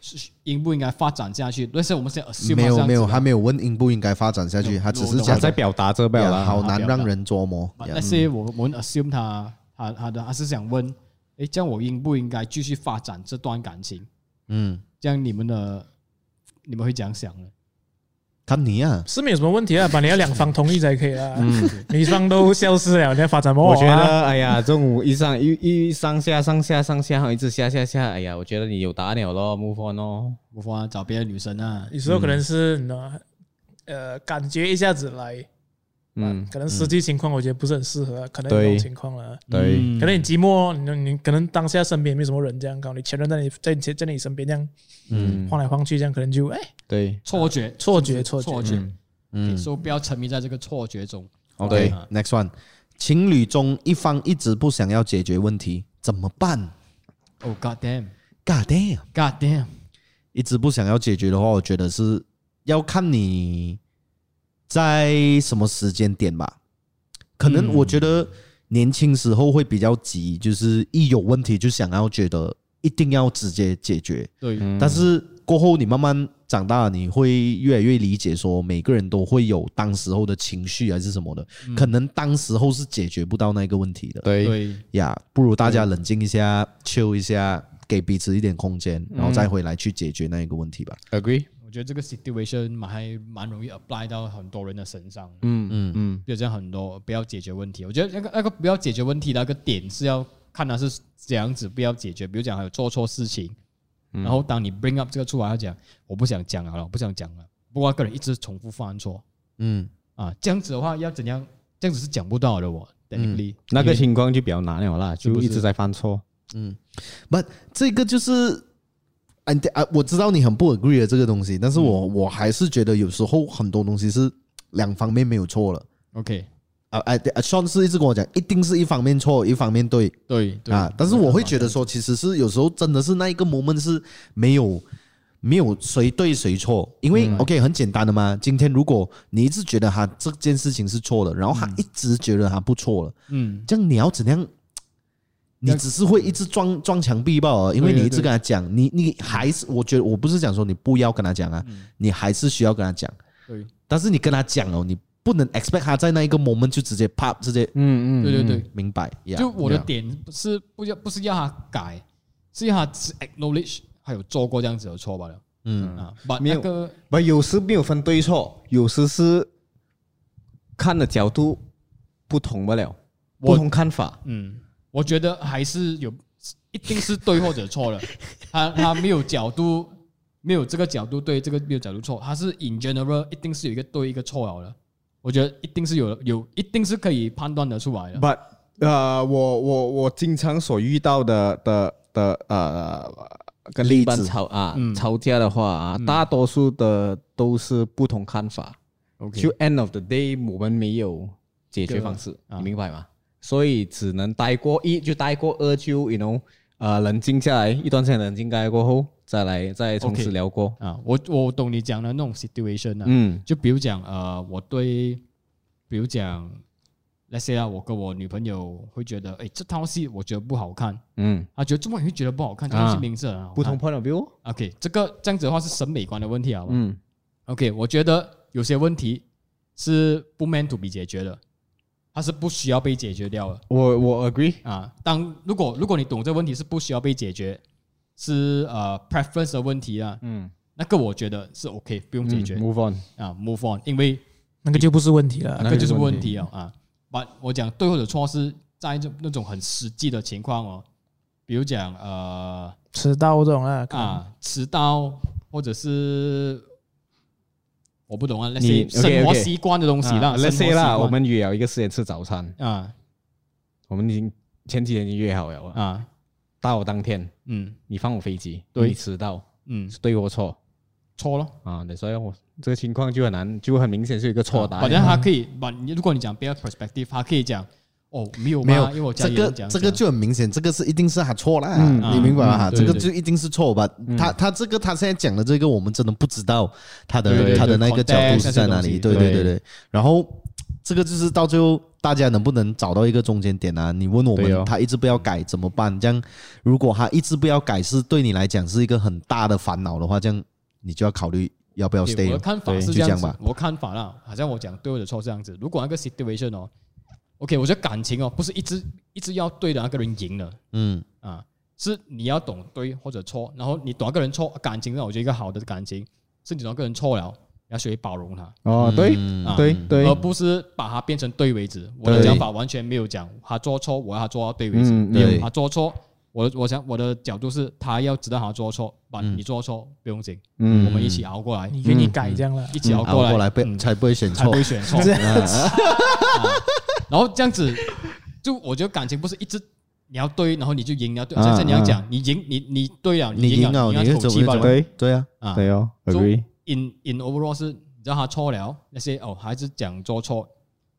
是应不应该发展下去？但是我们现在 assume
没
他这
有
样
没有，
子的
他没有问应不应该发展下去，
有
他只
我
是
懂
讲
我懂
表达这个
呀好
他
难
表达
让人琢磨。呀
那些我我们 assume 他他他的他是想问，诶，这样我应不应该继续发展这段感情？
嗯，
这样你们的你们会怎样想呢？
看你啊，
是没有什么问题啊，
<laughs>
把你要两方同意才可以啊。
嗯
女方都消失了，你要发展什么啊？
我觉得，哎呀，这种一上一一上下上下上下，一直下下下，哎呀，我觉得你有打鸟咯，move on 咯。
我发找别的女生啊，
有时候可能是你知道吗呃，感觉一下子来，
嗯，
可能实际情况我觉得不是很适合啊，可能有
对
这种情况啊了。
对，
嗯
可能你寂寞，你你可能当下身边也没什么人这样搞，你前任在你在你在在你身边这样
嗯，
晃来晃去，这样可能就哎
对，
错觉
错觉错
错
觉。
觉，
嗯，
所以不要沉迷在这个错觉中。
对
OK，next、one，情侣中一方一直不想要解决问题，怎么办
Oh god damn，god
？God damn！
damn，
一直不想要解决的话，我觉得是要看你在什么时间点吧。可能我觉得年轻时候会比较急，就是一有问题就想要觉得一定要直接解决。
对，
嗯
但是过后你慢慢长大，你会越来越理解，说每个人都会有当时候的情绪还是什么的，可能当时候是解决不到那个问题的。
嗯对，
对，
呀不如大家冷静一下，chill 一下，给彼此一点空间，然后再回来去解决那一个问题吧。
，agree，
我觉得这个 situation 蛮还蛮容易 apply 到很多人的身上的，
嗯嗯嗯，
比如讲很多不要解决问题。我觉得那个那个不要解决问题的那个点是要看他是怎样子不要解决，比如讲还有做错事情，
嗯
然后当你 bring up 这个出来，他讲我不想讲了，我不想讲了，不过那个人一直重复犯错
嗯，
啊，这样子的话要怎样？这样子是讲不到的我 t e c h n i c a l l y
嗯那个情况就比较难了啦，
不
就是一直在犯错。
不，这个就是。啊啊，我知道你很不 agree 的这个东西，但是我、我还是觉得有时候很多东西是两方面没有错了。
OK，
啊啊啊，Sean 是一直跟我讲，一定是一方面错，一方面对。
对对
啊，但是我会觉得说，其实是有时候真的是那一个 moment 是没有没有谁对谁错，因为、OK
嗯
很简单的嘛。今天如果你一直觉得他这件事情是错的，然后他一直觉得他不错了，
嗯，
这样你要怎样？你只是会一直撞撞墙壁罢了，因为
对对
你一直跟他讲，你你还是我觉得
嗯
我不是讲说你不要跟他讲啊，你还是需要跟他讲，
对
嗯
但是你跟他讲哦，你不能 expect 他在那一个 moment 就直接 pop 直接
嗯嗯，
对对对
嗯，，
明白。Yeah，
就我的
yeah
点是不要不是要他改，是要他只 acknowledge 还有做过这样子的错罢了
嗯
啊。把
没
那
有
个
不，有时没有分对错，有时是看的角度不同不了，
我
不同看法。
嗯，我觉得还是有一定是对或者错了， <laughs> 他他没有角度，没有这个角度对，这个没有角度错，他是 in general 一定是有一个对一个错了的。我觉得一定是有有一定是可以判断得出来的。
But 呃，我我我经常所遇到的的的呃，跟另一半
例子
吵啊、
嗯
吵架的话啊，大多数的都是不同看法。
OK，
就 end of the day，我们没有解决方式，
啊
你明白吗？所以只能待过一就待过二就 you know 呃冷静下来一段时间冷静下来过后，再来再同
OK
时聊过。
啊，我我懂你讲的那种 situation 啊，
嗯，
就比如讲呃，我对，比如讲，let's say 啊，我跟我女朋友会觉得，哎，这套戏我觉得不好看，
嗯，
啊，觉得这么你会觉得不好看，这套戏
啊
名字很好
不
看
同 point of view，
OK，这个这样子的话是审美观的问题好吧、
嗯
o k 我觉得有些问题是不 meant to be 解决的，它是不需要被解决掉的
我我 agree，
啊。当如果如果你懂这个问题是不需要被解决，是呃 preference 的问题啊，
嗯，
那个我觉得是 OK，不用解决、
move on，
啊，move on，因为
那个就不是问题了
那。
那个
个
就是
是
问
问
题
题
哦啊。把我讲对或者错是在这那种很实际的情况哦，比如讲呃。
迟到这种啊，
啊，迟到或者是我不懂啊，那些
你
生活
OK，OK
习惯的东西啦，
，let's
生
say
活习
啦，
惯
我们约了一个时间吃早餐，
啊
我们已经前几天已经约好了啊，
啊，
到当天
嗯
你放我飞机，
对
你迟到
嗯，
是对或错
错咯。
啊？所以我这个情况就很难，就很明显是一个错答
啊反正
案。啊
他可以把，如果你讲 b e t perspective，他可以讲哦，没有
没
嘛，
有
因为我家
这
里人
个
讲
这个就很明显，这个是一定是他错啦，
嗯
你明白吗？
嗯对
这个
对嗯
就一定是错吧？他他这个他现在讲的这个，我们真的不知道他的
对对对
他的那个角
context
度是在哪里。
那些
对
东西
对
对
对对，然后这个就是到最后大家能不能找到一个中间点啊？你问我
对哦
们，他一直不要改怎么办？这样如果他一直不要改，是对你来讲是一个很大的烦恼的话，这样你就要考虑要不要
对
stay
我的
了。
看法
对
是
就
这
这
样
样
子
吧，
我看法啦，好像我讲对或者错这样子。如果那个 situation 哦，OK，我觉得感情哦，不是一直一直要对的那个人赢了。
嗯
啊，是你要懂对或者错，然后你懂一个人错，感情上我觉得一个好的感情是你懂一个人错了，你要学会包容他，
哦，对
嗯
啊
对对
而，不是把他变成对为止。我的
对
讲法完全没有讲他做错，我要他做到对为止，
嗯
没有
对
他做错。我我想我的角度是，他要知道他做错，把
嗯
你做错不用紧，
嗯
我们一起熬过来，
你愿意改这样了？
一起
熬
熬
啊过来
来，
被
嗯
才不会选
<laughs> 才不
错
会。选错。啊然后这样子，就我觉得感情不是一直你要对，然后你就赢，你要对，
啊
像是你要
啊
讲你赢，你你对了，
你
赢
赢了，
了，
你又
要口
怎
气
么
吧
会
对
对啊，
啊。
对哦
So-
，agree，
In in overall 是，你知道他错了，那些哦还是讲做错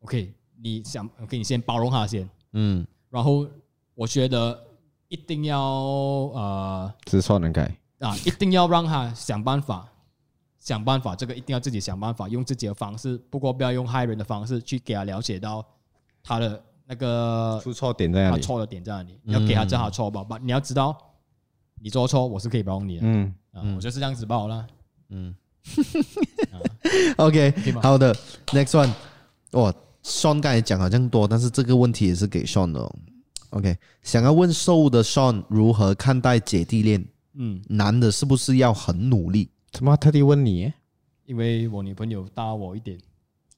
，OK，你想 OK，你先包容他先，
嗯。
然后我觉得一定要呃
知错能改。
啊，一定要让他想办法。想办法，这个一定要自己想办法，用自己的方式，不过不要用害人的方式去给他了解到他的那个
出啊错点在哪
他
里？
错的点在哪里，你要给他正好错吧，把、你要知道你做错，我是可以帮你的、
嗯，
啊，我就是这样子报啦。
OK，
吗
好的，Next one，哇，Sean 刚才讲好像多，但是这个问题也是给 Sean 的、哦。OK，想要问瘦的 Sean 如何看待姐弟恋？
嗯，
男的是不是要很努力？
怎么特地问你耶？
因为我女朋友大我一点啊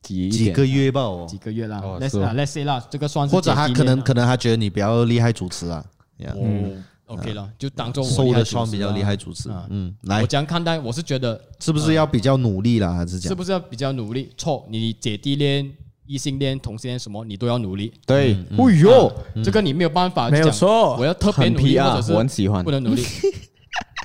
几
几个月吧、哦
几，个月啦、
哦
l e t s
是哦
啊 Let's say 啦，这个算是
或者他
姐弟
可
恋
能
啦
可能他觉得你比较厉害主持啊，呀
我 OK 了，就当做
瘦的 Sean 比较厉害。主持
啊，
嗯，
我
来，
这样看待，我是觉得
是不是要比较努力啦？还是
是
讲
不是要比较努力？错，你姐弟恋、异性恋、同性恋什么，你都要努力。
对，哎呦，
这个你没有办法，
没有
讲
错
我要特别
很
努力，
皮
或
啊
者，
我很
是
喜欢
不。能努力，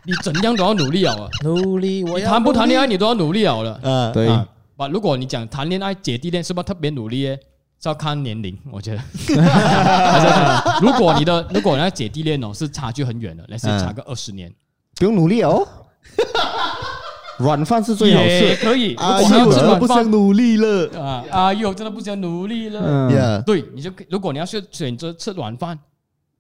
你怎样都要努力啊！
努力，我
你
要
谈不谈恋
爱？
爱你都要努力了了。
呃
对，
啊，把如果你讲谈恋爱姐弟恋是不是特别努力耶？是要看年龄，我觉得。还是要看如果你的如果人家姐弟恋哦是差距很远的，那是差个二十年
不用努力 <laughs> 哦。软饭是最好
也
吃。
可以。
啊，
如
又
果要
真
吃
的
软
不
饭
想努力了
啊，阿佑真的不想努力了。
嗯，
呀
对，你就可以如果你要去选择吃软饭，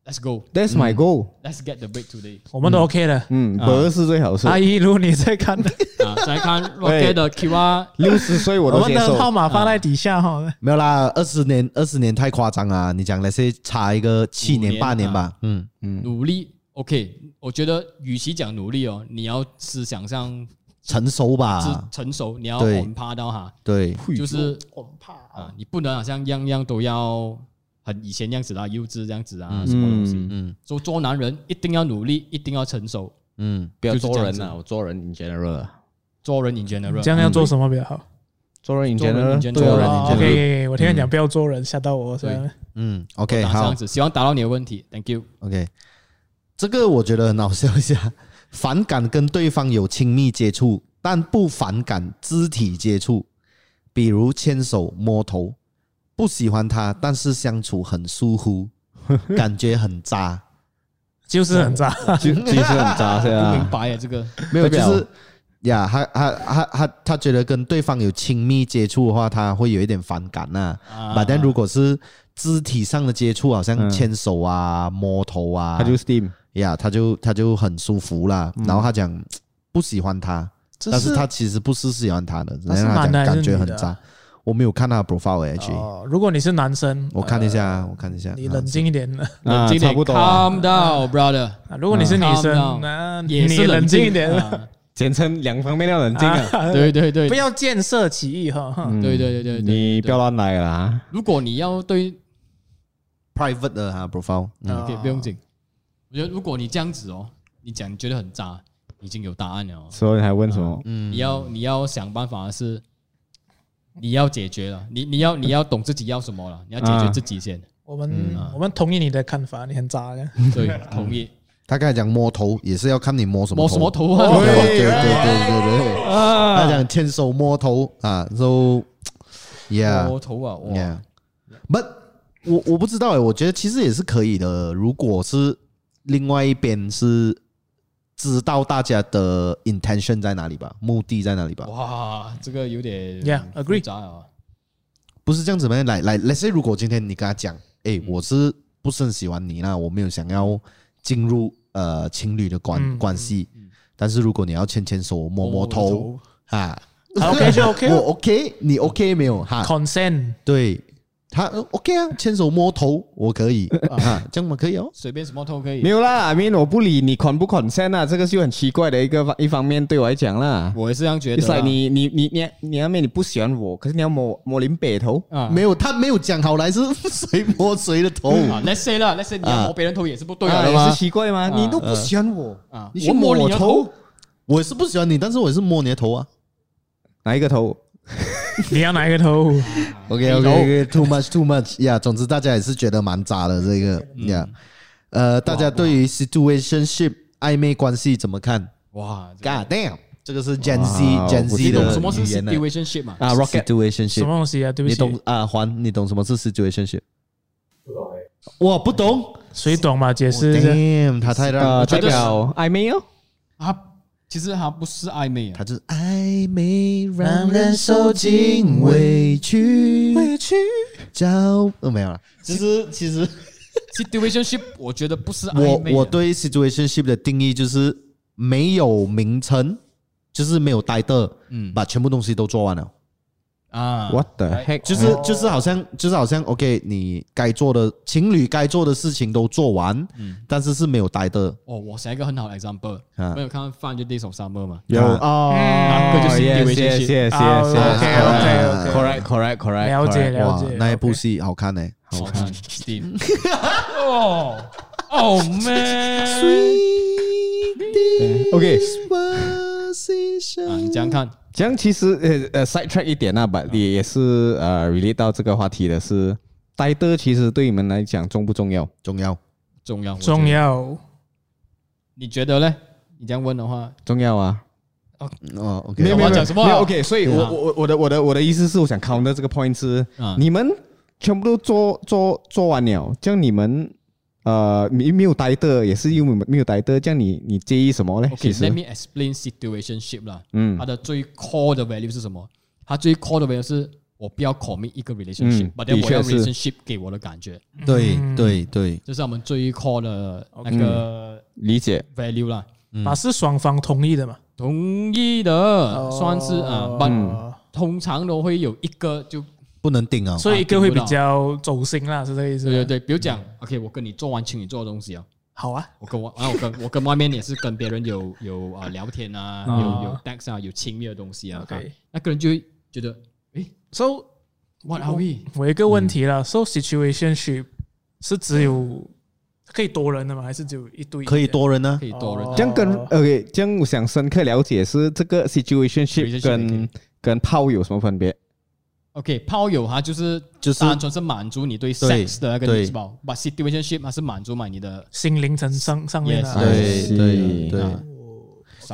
Let's go,
That's my goal。
let's get the break today
我们都 OK 的。
嗯，
啊
博是最好是。
阿姨，如果你在看，
啊！ <laughs> 再看 Rocket 的 QR，
六十岁我
<laughs> 我
都
们
接
的
受。
号码放在底下哈。
没有啦，二十年二十年太夸张啊！你讲那些差一个七
五
年
年
八年
啊
吧，嗯，
努力 OK，我觉得与其讲努力哦，你要思想上
成熟
是
吧，
成熟，你要
对
我们趴到哈，
对，
就是
我很怕啊
啊，你不能好像样样都要很以前那样子啦，幼稚这样子啊，什么东西。
嗯
嗯
做做男人一定要努力，一定要成熟，
嗯，
不要
就是这
做
样
人
子
啊，我做人 in general，啊
做人 in general
这样要做什么比较好？
做人 in
做人 in
general，啊
general
做人
哦
in general。
OK，OK，OK，我听你嗯讲不要做人，吓到我。虽然
嗯，OK，
啊打这
好
样子，希望答到你的问题，Thank you。
，OK，这个我觉得很好笑一下，反感跟对方有亲密接触，但不反感肢体接触，比如牵手、摸头，不喜欢他，但是相处很疏忽，感觉很渣，
就是很渣。
就其实很渣是 <laughs>
不明
吧？
白啊，这个
没有，
代
就
表
是呀，他他他他他觉得跟对方有亲密接触的话，他会有一点反感呐、
啊
反正如果是肢体上的接触，好像
嗯
牵手啊、摸头啊，
他就 steam，
呀，他就他就很舒服啦。然后他讲嘖不喜欢他，
这
但是他其实不是喜欢他的，
他
然
是
后他
男
讲
的还是
感觉
女
很
的啊
渣。我没有看他的 profile 欸 actually，、
哦，如果你是男生，呃
我看一下啊，我看一下，
你
啊
冷静一点
啊
冷静
差
点
不多啊
，Calm down, <laughs> brother，
啊如果你是女
啊
生，那
也
你
是
冷
静
静一点，
啊
简称两方面要冷静啊。
<laughs>
啊
对对对，
不要见色起意哈。哈
嗯
啊对对对对对，
你不要乱来啦。
如果你要对
private 的啊 profile，嗯
啊
，OK，不用紧。我觉得如果你这样子哦，你讲你觉得很渣，已经有答案了哦。
所以你还问什么？
你要你要想办法是，你要解决了，你你要你要懂自己要什么了，你要解决自己先。
我们我们同意你的看法，你很渣的。
<laughs> 对，同意。
他刚才讲摸头也是要看你摸什么
摸什么头啊？
对对对对对对，
啊
他讲牵手摸头啊，so yeah
摸头啊！哇，
yeah，but 我我不知道哎，我觉得其实也是可以的，如果是另外一边是知道大家的 intention 在哪里吧，目的在哪里吧，
哇，这个有点
Yeah, agree
复杂啊。
不是这样子吗？来来，let's say 如果今天你跟他讲，哎，我是不是很喜欢你啦，我没有想要进入呃情侣的关
嗯
关系，但是如果你要牵牵手、摸摸头啊。
好 OK 就 OK
<laughs> 我 OK，你 OK 没有哈？
Consent
对他呃 OK 啊，牵手摸头我可 <laughs> 以啊，这样嘛可以哦。
随便什么头可以
没。有啦，I mean 我不理你 con 不 consent 啊，这个就很奇怪的一个一方面对我来讲啦。
我也是这样觉得
It's
啦。
like 你你你你你那面你不喜欢我，可是你要摸摸林北头，
啊，
没有，他没有讲好来是谁摸谁的头，
啊，Let's say 啦，Let's say 你要摸别人头也是不对
啊
的
也是
哦吗？
奇怪吗？
啊
你都不喜欢我，
啊
你，去
我摸你
我
的头，
我是不喜欢你，但是我也是摸你的头啊。
哪一个头？
你要哪一个头？
OK OK OK，too much too much 呀、总之大家也是觉得蛮渣的这个呀。呃，大家对于 situationship 暧昧关系怎么看
哇这个
？God damn，这个是 Gen
哇
Z
我
Gen
不
Z
知道
的
什么是
语言呢
situationship 嘛？
啊，rocket situationship
什么东西啊？对不
你
起
懂，啊？还你懂什么是 situationship？不懂我不懂。
谁懂嘛？解释一下。
Damn，他太大
呃，
了，
代表暧昧哦。
啊，其实它不是暧昧啊
他，就是暧昧让人受尽委屈，委屈叫呃没有了。其实其实
situationship 我觉得不是
我
暧昧啊。
我对 situationship 的定义就是没有名称，就是没有 title，
嗯哦
把全部东西都做完了。
啊
What the
哎
heck？
就是就是好像就是好像 OK，你该做的情侣该做的事情都做完，
嗯
但是是没有 title。
哦，我想一个很好的 example，
啊
没有看《Five Hundred Days of Summer》嘛？
有哦，
啊那个就是
yes, yes, yes,
situationship
yes,
啊
OK，OK，OK
correct, correct, correct。
了解了
哇
解，。
那一部
OK
戏好看呢、
好看，Steam。哦
<laughs>
哦 man，
Sweet
OK
conversation
啊，你这样看，
这样其实呃呃，side track 一点啊，吧，也也是呃，relate 到这个话题的是，title 其实对你们来讲重不重要？
重要。
重要
重。
我觉得
要。
你觉得呢？你这样问的话，
重要啊。
哦，OK，
没有没有我要讲什么啊
没有 OK，所以我
对啊
我我我的我的我的意思是，我想 counter 这个 point 是
啊，
你们全部都做做做完了，这样你们呃没没有 title 也是因为没有 title，这样你你介意什么呢？其
OK，Let、
实
me explain situationship 啦。
嗯
它的最 core 的 value 是什么？它最 core 的 value 是我不要 commit 一个 relationship，
嗯
but then
的
我要
确是
relationship 给我的感觉，
对对对，
这是我们最 core 的那个
理解
value 啦。
啊，是双方同意的嘛？
同意的，算是啊
嗯
哦，
但通常都会有一个就
不能定啊。
所以一个会比较走心啦，是这个意思吗？
对对对，比如讲，OK，我跟你做完情侣做的东西啊，
好啊，
我 <laughs> 跟我啊，我跟我跟外面也是跟别人有有啊聊天啊，
哦
有有 text 啊，有亲密的东西啊
OK
那个人就会觉得，诶
So
，what are we？
我有一个问题了、s o situationship 是只有可以多人的吗？还是只有一对一的？
可以多人呢、啊
可以多人啊
哦
这样跟
哦
OK，这样我想深刻了解是这个 situationship
Relationship
跟跟炮有什么分别？
OK，炮友它就是
就是
单纯是满足你对
对
sex 的那个
对
needs 吧，but situationship 它是满足嘛你的
心灵层上上面的、
Yes，
啊。
对
是
对对，
啊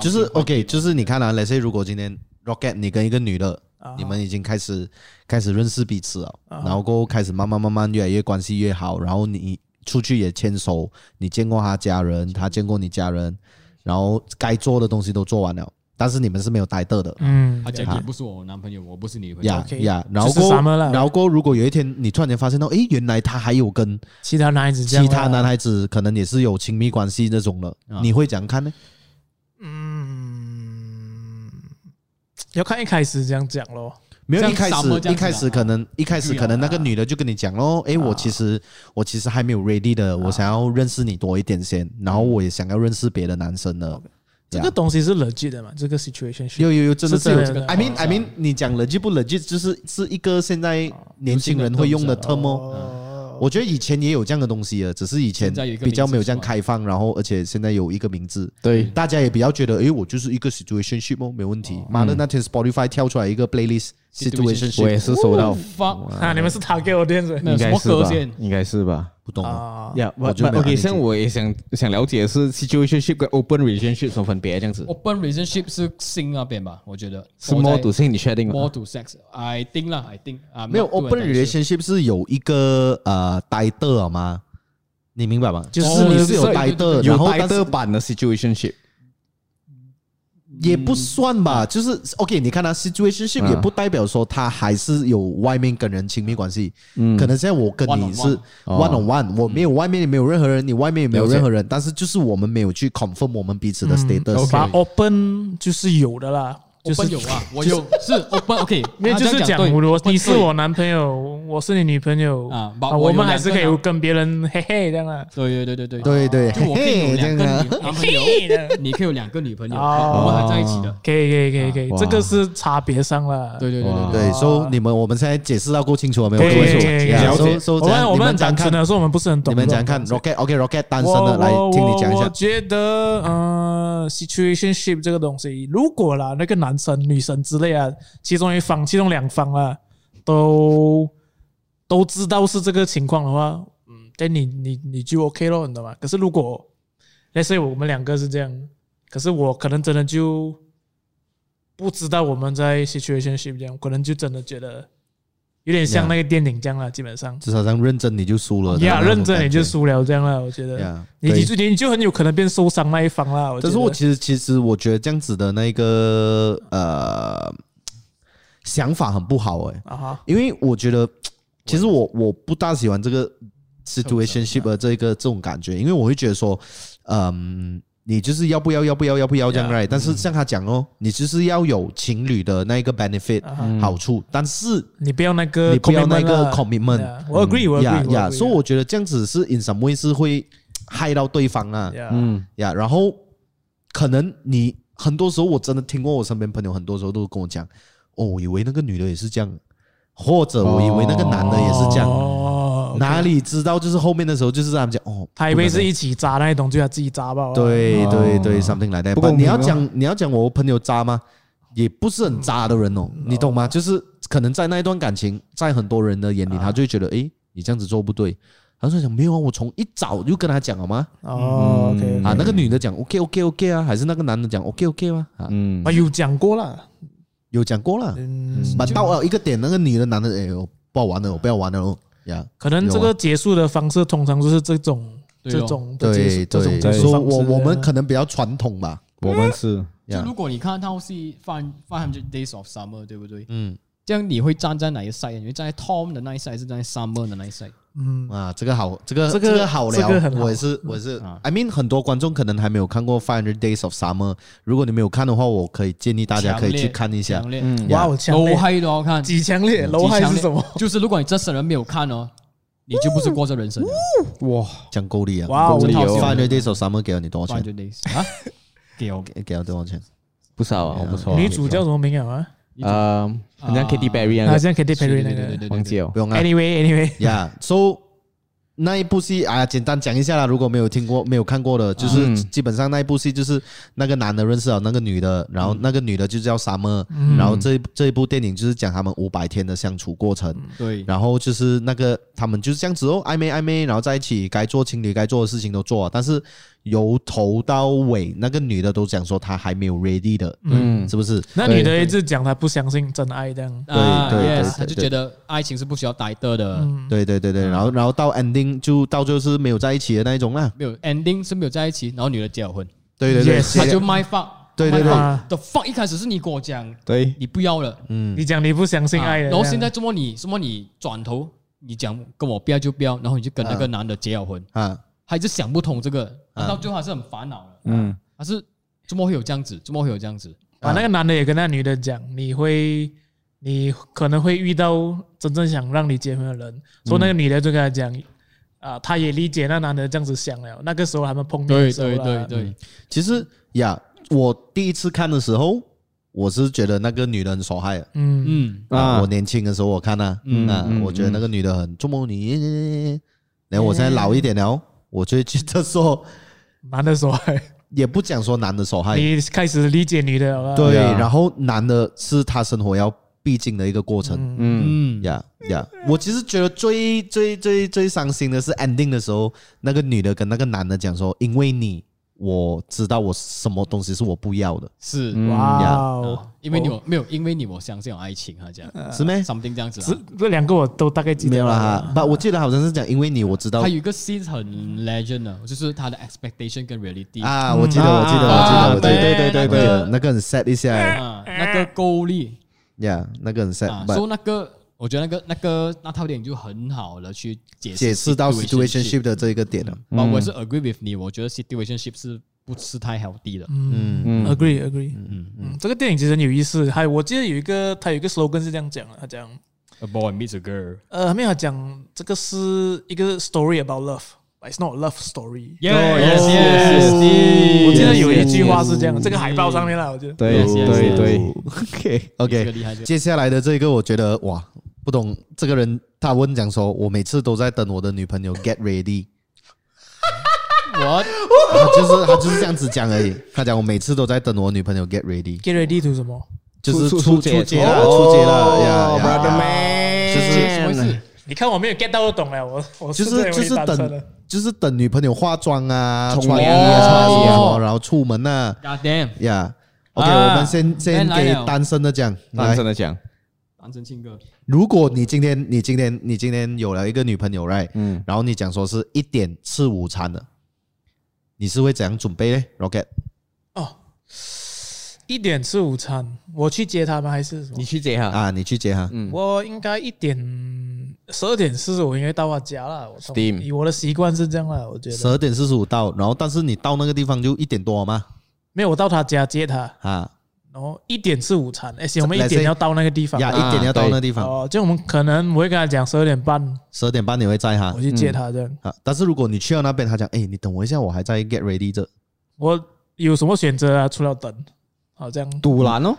就是
something
OK，就是你看啊，雷 C，如果今天 Rocket 你跟一个女的，
啊
你
哦
们已经开始开始认识彼此了，然后过后开始慢慢慢慢越来越关系越好，然后你出去也牵手，你见过他家人，他见过你家人，然后该做的东西都做完了，但是你们是没有待的的，
嗯
他讲
啊
你不是我男朋友，我不是你女朋友
呀
OK
呀，然后
就是
过后
summer 啦
然后过后如果有一天你突然间发现到，诶，原来他还有跟
其他男孩子这样
其
啦，
他男孩子可能也是有亲密关系那种了，
啊
你会怎样看呢？
嗯，要看一开始这样讲咯。
没有
像
一开
summer 这
始，
样子
一开始可能一开始可能那个女的就跟你讲喽，诶，我其实我其实还没有 ready 的，我想要认识你多一点先，然后我也想要认识别的男生的。
这
Yeah
个东西是 legit 的嘛？这个 situation 是
有有有，真的
是
是有
这
这个
样。的
I mean I mean，你讲 legit 不 legit，就是是一个现在年轻人会用的 term 哦。
啊哦，
我觉得以前也有这样的东西的，只是以前
现在有一个
比较没有这样
名字出来
开放，然后而且现在有一个名字，
对，
大家也比较觉得，诶，我就是一个 situationship 哦，没问题。妈
嗯
的，那天 Spotify 跳出来一个 playlist
Situationship
situationship，
我也是收
Oh,
到，
fuck，
啊，你们
嗯
是 target audience
没有
应该是
什么
吧
歌先？
应该是吧？
不懂啊。
啊，
呀，
我就没有
OK，
按进去
像我也想想了解是 situationship 跟 open relationship 有什么分别这样子？
Open relationship 是性那边吧？我觉得
是 more to
我在
say 你确定吗
more to sex，I think 啦，I think 啊，
没有 open relationship 是有一个呃 d 的好吗？你明白吗？就是你是有
所以
d 的，
哦对嗯
然
有
后
带
但是
的版的 situationship，
也不算吧，就是 OK。你看他 situationship
嗯
也不代表说他还是有外面跟人亲密关系，可能现在我跟你
嗯 One 哦嗯 on
是 one on one，我没有外面也没有任何人，你外面也没有
了解
任何人，但是就是我们没有去 confirm 我们彼此的
嗯
status。
把嗯 open 就是有的啦，就
open
是
有啊，我有是 open OK，
因为就是
讲
讲
对
我
对
你是我男朋友，我是你女朋友
啊把
啊，
我有
我们还是可
两个
以跟别人嘿嘿这样啊，
对对对对
对
对，
对，
就我可以有
嘿，这
两个
样啊
女男朋友，
啊
你可以有两个女朋友，
哦
我们还在一起的，
可以可以可以可以，
哇
这个是差别上了。
对对对对
哇
对，
啊对，所以你们我们现在解释到够清楚了没有？
可以，
各位
可以可以
所以
可以
了解
所以所以
我
怎样
们我
你们
们很
讲
单纯
看，
的说我们不是很懂。
你们讲
这
看
种东西
，Rocket OK Rocket 单身
我
的来
我
听你讲一
我我
下。
觉得，呃，situationship 这个东西，如果啦，那个男生、女生之类啊，其中一方、其中两方啦，都都知道是这个情况的话，嗯，但你你你就 OK 咯，你懂吗？可是如果那 e 我们两个是这样，可是我可能真的就不知道我们在 situationship 这样，可能就真的觉得有点像
Yeah
那个电影这样啦，基本上。
至少上认真你就输了。
呀，认真你就
输。
输了这样了，我觉得。
呀
你
对
你就你就很有可能变受伤那一方啦。我觉
但
得
是我其实其实我觉得这样子的那个呃想法很不好哎、
啊哈，
因为我觉得其实我我不大喜欢这个 situationship 的这个这种感觉，因为我会觉得说，嗯。你就是要不要要不要要不要这样
Yeah，
right？但是
嗯
像他讲哦，你就是要有情侣的那一个 benefit
嗯
好处，但是
啊你不要那个
嗯你不要那个
呃
嗯
commitment 啦 Yeah，我 agree，我
呀
agree，
呀，所以我
我
觉得这样子是 in some way 是会害到对方啊。
嗯
嗯，
呀然后可能你很多时候我真的听过我身边朋友很多时候都跟我讲，哦，我以为那个女的也是这样，或者我以为那个男的也是这样，
哦，
哪里知道就是后面的时候就是他们讲哦，
他以为是一起扎那一种，就要自己啊扎吧。
对对对，something like that。
不
不
公
过
平
你要
哦
讲你要讲我朋友渣吗？也不是很渣的人哦，你懂吗？就是可能在那一段感情，在很多人的眼
啊
里，他就会觉得，诶，你这样子做不对。他说想没有啊，我从一早就跟他讲好吗？
哦，OK，
啊，那个女的讲 OK OK OK 啊，还是那个男的讲 OK OK 吗？啊，
嗯
我有讲过了，
有讲过了，
嗯，
满到了一个点，那个女的男的哎呦不好玩了，我不要玩了哦呀。
可能这个结束的方式通常就是这种
对哦
这
咯
种的
对
结束这种
对，
结
所以
束
我
方式。
我们可能比较传统吧，
我们是
就
呀
如果你看套戏《Five Five Hundred Days of Summer》，对不对？
嗯，
这样你会站在哪一 side？你会站在 Tom 的那一 side，还是站在 Summer 的那一 side？
嗯，
啊，这个好，这个
这个
个好聊，
这个很好
我也是，我也是、
啊
i mean，很多观众可能还没有看过《Five Hundred Days of Summer》，如果你没有看的话，我可以建议大家可以去看一下
强。烈，
嗯，
哇，哦，强
楼
烈，
嗨都要看。
几强烈，楼
极
嗨
强
是
烈
什么？
就是如果你这生人没有看哦，你就不是过这人生的。
哇，
讲够力啊！
哇哦
够力
我
哦！
真
《
的好
Five Hundred Days of Summer》给了你多少
感
钱？
觉类似啊，给我
给给了多少钱？
不少啊，我不错啊。
女主叫什么名啊？
呃，很像
啊
Katy Perry
好
那
像 Katy Perry 那
对对
个。
对
个，忘记了
不。用啊。
Anyway，Anyway，
呀、yeah,，so 那一部戏啊，简单讲一下啦。如果没有听过、没有看过的，就是
嗯
基本上那一部戏就是那个男的认识了那个女的，然后那个女的就叫 Summer，、然后这一这一部电影就是讲他们五百天的相处过程。
对，
然后就是那个他们就是这样子哦，暧昧暧昧，然后在一起，该做情侣该做的事情都做了，啊但是由头到尾，那个女的都讲说她还没有 ready 的，
嗯
是不是？
那女的一直讲她不相信真爱这样。
啊
对对对
yes，
对
他就
对
觉得爱情是不需要待的的，
嗯，
对对对对，然后然后到 ending 就到最后是没有在一起的那一种啦，
没有 ending 是没有在一起，然后女的结了婚，
对对对，
Yes
谢
他
谢
就卖放，
对对对
的放一开始是你跟我讲
对，
你不要了，
你讲你不相信爱
啊
的，
然后现在怎么你怎么你转头你讲跟我不要就不要，然后你就跟那个男的结了婚，
啊，
他一直想不通这个，
啊
到最后还是很烦恼的，
嗯，
他是怎么会有这样子，怎么会有这样子？
把啊那个男的也跟那女的讲，你会，你可能会遇到真正想让你结婚的人，所以那个女的就跟他讲，啊，她也理解那男的这样子想了。那个时候他们碰面的
对
时候
对
啦
对，对，
其实呀，我第一次看的时候，我是觉得那个女人受害了。
嗯，
嗯，
啊，
啊
我年轻的时候我看啊，
嗯
啊，
嗯
我觉得那个女的很捉摸你，然后我现在老一点了，我就会觉得说，
男的说，
也不讲说男的受害，
你开始理解女的了啦，
哎对，
对啊
然后男的是他生活要必经的一个过程，
嗯，
嗯，
嗯，
呀呀，我其实觉得最最最最伤心的是 ending 的时候，那个女的跟那个男的讲说，因为你，我知道我什么东西是我不要的，
是，
哇
啊
哦，
因为你我没有，因为你我相信有爱情，他讲
嗯是没？
something 这样子啊。
这这两个我都大概记
没
得
有啦
啦，
哈，不，我记得好像是讲，因为你，我知道
他有一个 scene 很 legend 的，就是他的 expectation 跟 reality 啊
啊，我记得，
嗯
我记得，
啊
我记得，我记得，
对对对对
我记得
对
那个很 sad 一下
啊那个勾力
呀，那个很
啊，
sad，but
所以那个我觉得那个那个那套电影就很好的去解释
解释到
situationship
situationship 的这一个点了。
啊，我是 agree with 你，我觉得 situationship 是不是太 healthy 的，
嗯
嗯
，agree agree，嗯嗯，这个电影其实很有意思，还有我记得有一个，他有一个 slogan 是这样讲的，他讲。
A boy meets a girl，
呃，没有讲这个是一个 story about love，but it's not a love story。
yes
yes,
我记得有一
yes,
句话
yes
是这样，这个海报上面啦，我记得。
对
Yes, yes,
对
yes
对，
OK
这个
OK，
厉害，这个
接下来的这个我觉得哇，不懂这个人他问讲说，我每次都在等我的女朋友 get ready，
我
他就是他就是这样子讲而已。他讲我每次都在等我女朋友 get ready，
Get ready to 什么？
就是
出
出
出街
出街啦，
哦
出街啦呀呀，
，brother
哎
man，
什么事？
你看我没有 get 到就懂了，我 <laughs> 我
就是就是等
的。
就是等女朋友化妆啊，
冲
穿衣
凉
啊，
啊
穿衣服
哦
啊，然后出门啊。
God damn，
呀、OK，、
啊
我们先先
Ben 来
给
了
单身的讲，
认
来
真，的讲，
单身庆哥，
如果你今天你今天你今天有了一个女朋友 right，
嗯，
然后你讲说是一点吃午餐的，你是会怎样准备呢？Rocket，
哦，一点吃午餐，我去接他们还是什么
你？去接哈
啊，你去接哈，
嗯
我应该一点十二点四十，我应该到他家了。我
Steam
以我的习惯是这样啦，我觉
十
得
二点四十五到，然后但是你到那个地方就一点多嘛，
没有我到他家接他，
啊，
然后一点吃午餐，而且我们一
Let's
点
say-
要到那个地方。
呀，一点要到那个地方，
哦，就我们可能我会跟他讲十二点半
十二点半你会在哈
我。去接他这样。
啊！但是如果你去到那边，他讲：“哎，你等我一下，我还在 get ready 这。
我有什么选择啊？除了等，好这样。
堵拦哦，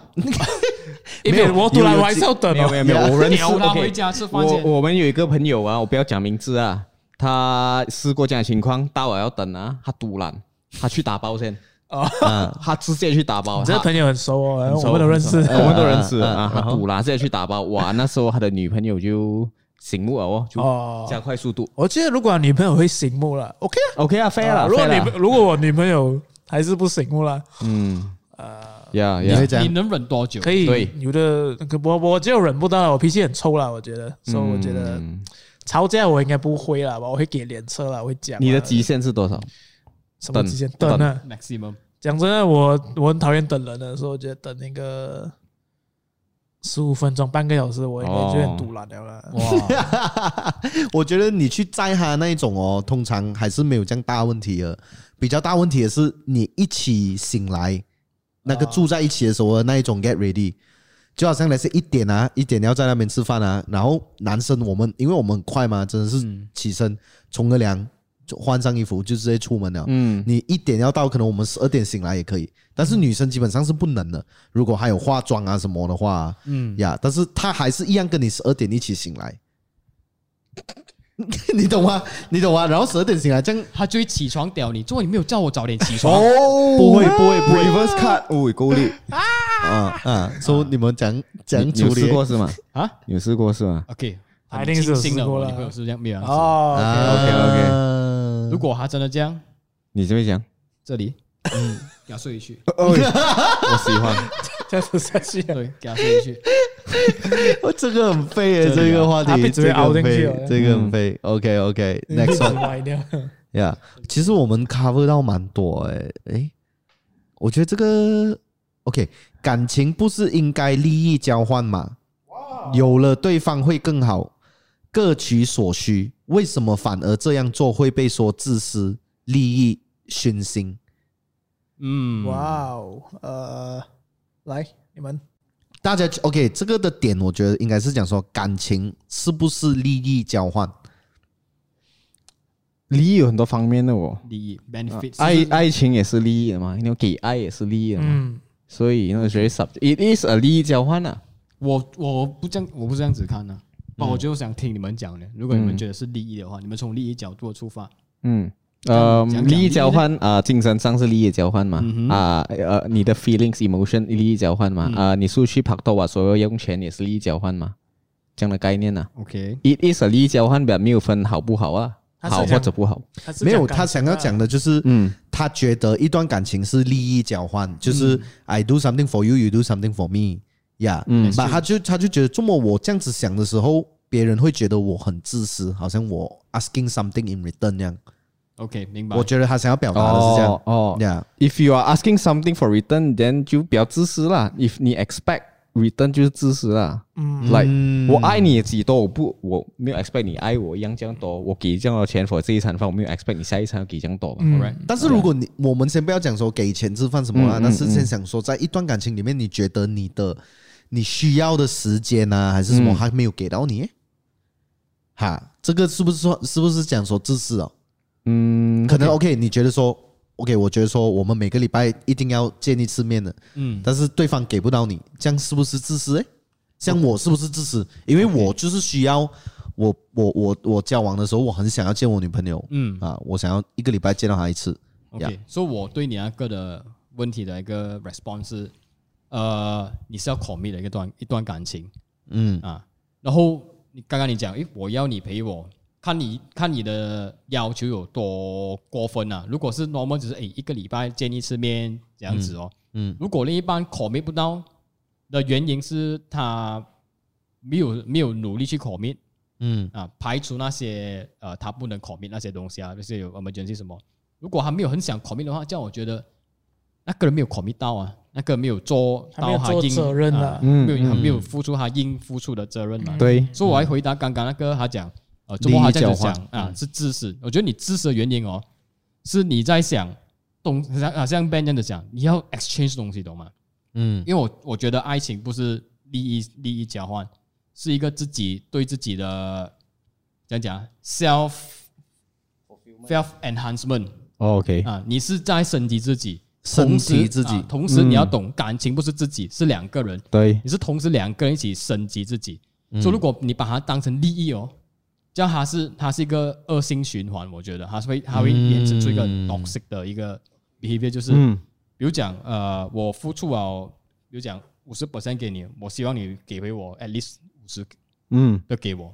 因
没有
为我突
有
然
有
我还是要等
没有没
哦。
有没有，
Yeah
我认识
鸟他回
OK，
家吃饭
我
先，
我们有一个朋友啊，我不要讲名字啊，他试过这样的情况，到了要等啊，他堵拦，他去打包先，
啊
他直接去打包，
你这个
他
朋友很熟哦，
很熟
我们都认识
很。熟我们都认识
啊啊
啊。
然
他
后
赌啦，直接去打包。哇，那时候他的女朋友就醒目了哦，就
哦
加快速度。
我记得如果女朋友会醒目了，OK 啊
OK 啊，飞了，
如果
飞了
你如果我女朋友还是不醒目了，
嗯呃，呀
你会
呀，
怎
你
样？
能忍多久？
可以
对
有的那个我我就忍不到了，我脾气很臭了，我觉得，所以我觉得
嗯
吵架我应该不会了吧，我会给脸色了，我会讲啦。
你的极限是多少？
什么极限？等
等
呢？
maximum
讲真的，我我很讨厌等人的，所以我觉得等那个十五分钟、半个小时，我应该就很堵懒了啦。 <laughs>
哇，
我觉得你去摘他那一种哦，通常还是没有这样大问题的。比较大问题的是你一起醒来，那个住在一起的时候的那一种 get ready，就好像来是一点啊，一点要在那边吃饭啊，然后男生我们因为我们很快嘛，真的是起身冲个凉，就换上衣服就直接出门了。
嗯，
你一点要到，可能我们十二点醒来也可以，但是女生基本上是不能的。如果还有化妆啊什么的话，
嗯，
呀，但是她还是一样跟你十二点一起醒来， <laughs> 你懂吗？你懂吗？然后十二点醒来，这样
<laughs> 他就会起床屌你，做你没有叫我早点起床，
哦，不
会不会不会
，reverse cut，哦，够力，
啊啊，说你们讲讲
你你
处
有
理
试过是吗？
啊
你有试过是吗？
，OK，
他一定是有
新
试
的，
过
我
了
女朋友是这样没有啊？
哦，
OK，OK，OK
啊
如果他真的这样，
你这边讲，
这里，嗯，给他睡回去，
哦，我喜欢，
这样子下去了，
对，给他睡回去，
<laughs> 这个很废耶，
这里
这
啊
个话
他
题
被直接
这个
凹
很
进去
废嗯
了，
这个很废。OK OK
那
next one
歪掉。
yeah，其实我们 cover 到蛮多诶、诶，我觉得这个 OK，感情不是应该利益交换吗？有了对方会更好，各取所需。为什么反而这样做会被说自私、利益熏心？
嗯，
哇哦，呃，来你们
大家 OK，这个的点我觉得应该是讲说感情是不是利益交换？
利益有很多方面的哦，
利益 benefits，
爱爱情也是利益的嘛，你要给爱也是利益的嘛，
嗯，
所以那个 very sub it is a 利益交换啊，
我我不这样，我不是这样子看的、啊不，
嗯
我就想听你们讲的。如果你们觉得是利益的话，你们从利益角度出发，
嗯。呃，
讲讲
利益交换啊、精神上是利益交换嘛
嗯哼，
啊、呃，你的 feelings emotion 利益交换嘛，啊、你出去拍拖啊，所有用钱也是利益交换嘛，这样的概念呢、
OK，
啊、，it is a 利益交换，表没有分好不好啊，
他是
好
这样
或者不好，
是
没有，
讲感
他想要
情啊
讲的就是，
嗯
他觉得一段感情是利益交换，就是 I do something for you, you do something for me，呀，
嗯
那他就他就觉得，这么我这样子想的时候，别人会觉得我很自私，好像我 asking something in return 那样。
OK，明白。
我觉得他想要表达的是这样，
哦
呀，
If you are asking something for return, then 就比较自私啦。If 你 expect return 就是自私啦。
嗯
，like、
嗯
我爱你几多，我不我没有 expect 你爱我一样这样多，我给这样多钱 for 这一餐饭，我没有 expect 你下一餐要给这样多吧。
嗯
Alright
但是如果你我们先不要讲说给钱吃饭什么啦，
嗯
啊
嗯
但是先想说，在一段感情里面，你觉得你的你需要的时间啊，还是什么，
嗯
还没有给到你，哈，这个是不是说是不是讲说自私哦？
嗯，
可能 OK，你觉得说 OK，我觉得说我们每个礼拜一定要见一次面的，
嗯，
但是对方给不到你，这样是不是自私？哎，像我是不是自私？因为我就是需要我我我我交往的时候，我很想要见我女朋友，
嗯
啊，我想要一个礼拜见到她一次，
OK，所以我对你那个的问题的一个 response 是，呃，你是要 commit 的一个段一段感情
嗯
啊。然后你刚刚你讲，诶，我要你陪我，看你看你的要求有多过分啊。如果是 normal，只是诶一个礼拜见一次面这样子哦。
嗯
如果另一半 commit 不到的原因是他没有没有努力去 commit
嗯
啊，排除那些呃他不能 commit 那些东西啊，那些有 emergency 什么。如果他没有很想 commit 的话，这样我觉得那个人没有 commit 到啊，那个人没有做
他没
到
有
他
做
应
责任
啊
啊，
嗯
没有他
嗯
没有付出他应付出的责任嘛。
对，
所以我还回答刚刚那个他讲，呃，怎么他这样子讲
利益交换
啊？是自私。我觉得你自私的原因哦，是你在想东，像啊像 Ben 这样子讲，你要 exchange 东西，懂吗？
嗯
因为我我觉得爱情不是利益利益交换，是一个自己对自己的怎样讲啊 self self enhancement
哦 OK，
啊，你是在升级自己，
升
同时
级自己
啊同时你
嗯
要懂感情不是自己，是两个人，
对，
你是同时两个人一起升级自己。
嗯
所以如果你把它当成利益哦，这样它是它是一个恶性循环，我觉得它是会它会衍生出一个很
嗯
toxic 的一个 behavior，就是
嗯
比如讲，呃，我付出了，比如讲五十 percent 给你，我希望你给回我 at least 五十
嗯，
的给我，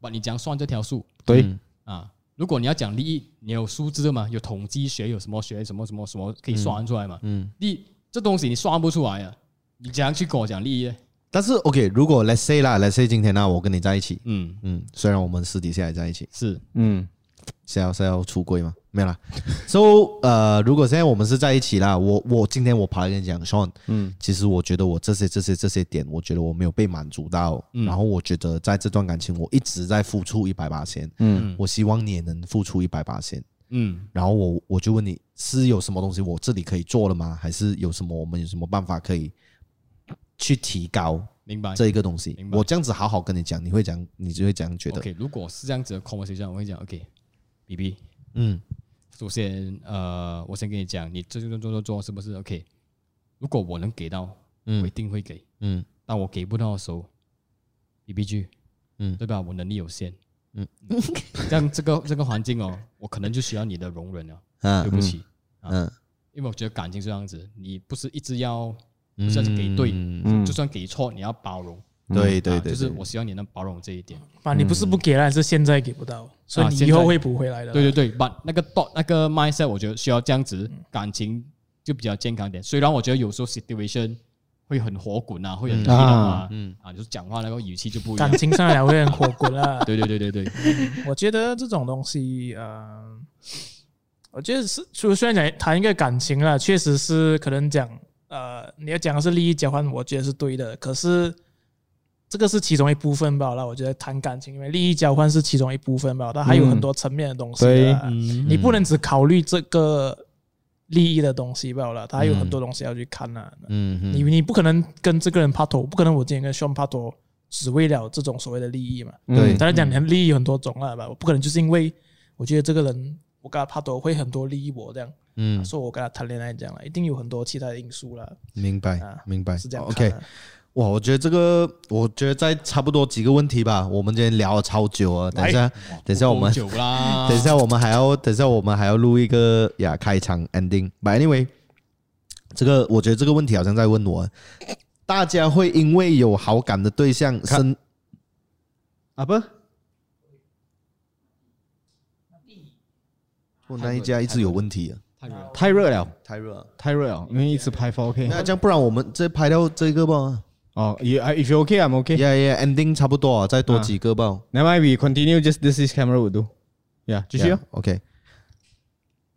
把你讲算这条数
对，
嗯
啊。如果你要讲利益，你有数字的嘛，有统计学，有什么学，什么什么什么可以算出来嘛？
嗯，
利这东西你算不出来啊，你怎样去跟我讲利益呢？
但是 OK，如果 Let's say 啦，Let's say 今天呢、我跟你在一起，
嗯，
嗯，虽然我们私底下也在一起，
是
嗯，
是要是要出轨吗？没有 <laughs> 啦。So 呃，如果现在我们是在一起啦，我我今天我跑来跟你讲，Sean，嗯，其实我觉得我这些这些这些点，我觉得我没有被满足到，然后我觉得在这段感情我一直在付出一百八千，嗯，我希望你也能付出一百八千，
嗯
然后我我就问你是有什么东西我这里可以做了吗？还是有什么我们有什么办法可以去提高
明白。
这一个东西
明？白
我这样子好好跟你讲，你会讲，你就会这样觉得，
OK，如果是这样子的 conversation，我会讲 OK，B B，
嗯
首先呃，我先跟你讲，你这做做做做做是不是 OK？如果我能给到，我一
嗯
定会给。
嗯
但我给不到的时候，B B G，
嗯
对吧？我能力有限，
嗯
嗯，这样这个这个环境哦，我可能就需要你的容忍了，对
嗯
不起，
嗯，
因为我觉得感情是这样子，你不是一直要，不是要给对，
嗯
就算给错，你要包容，
对对
啊
对，
就是
对
我希望你能包容这一点。
啊，你不是不给了，是现在给不到，所以
啊
你
现
以后
在
会补回来的。
对对对，but 那个 dot 那个 mindset，我觉得需要这样子，感情就比较健康一点。虽然我觉得有时候 situation 会很火滚啊，会很激动啊，嗯啊，就是讲话那个语气就不一样
<laughs> 感。情上来会很火滚啦。
对对对对对，
我觉得这种东西，呃，我觉得是，虽虽然讲谈一个感情啊，确实是可能讲，呃，你要讲的是利益交换，我觉得是对的。可是这个是其中一部分吧。那我觉得谈感情，因为利益交换是其中一部分吧，但还有很多层面的东西
对
的啦。
嗯
你不能只考虑这个利益的东西吧了，它还有很多东西要去看啊。
嗯嗯
你你不可能跟这个人拍拖，不可能我今天跟 Sean 拍拖，只为了这种所谓的利益嘛。
嗯
对
当然讲，你的利益有很多种了吧？我不可能就是因为我觉得这个人我跟他拍拖会很多利益我这样，
啊
嗯，
所以我跟他谈恋爱这样了，一定有很多其他的因素了，
明白
啊
明白，
是这样
哦
看
OK，
的。
哇，我觉得这个，我觉得在差不多几个问题吧，我们今天聊了超久啊。等一
哎
下，等一下我们，
久啦，
<laughs>
啊
等一下我们还要，等一下我们还要录一个呀开场 ending。But anyway，这个我觉得这个问题好像在问我，大家会因为有好感的对象生
啊不，
我那一家一直有问题啊，
太
太热
远了，
了，
太热了。
太热了，因为一直拍 4K。
那这样不然我们再拍到这个吧。
哦，you if you okay, I'm okay.
Yeah yeah ending 差不多啊，再多
啊
几个吧。
Never mind, we continue. Just this is camera will do. Yeah，继续
Yeah,
哦。
OK，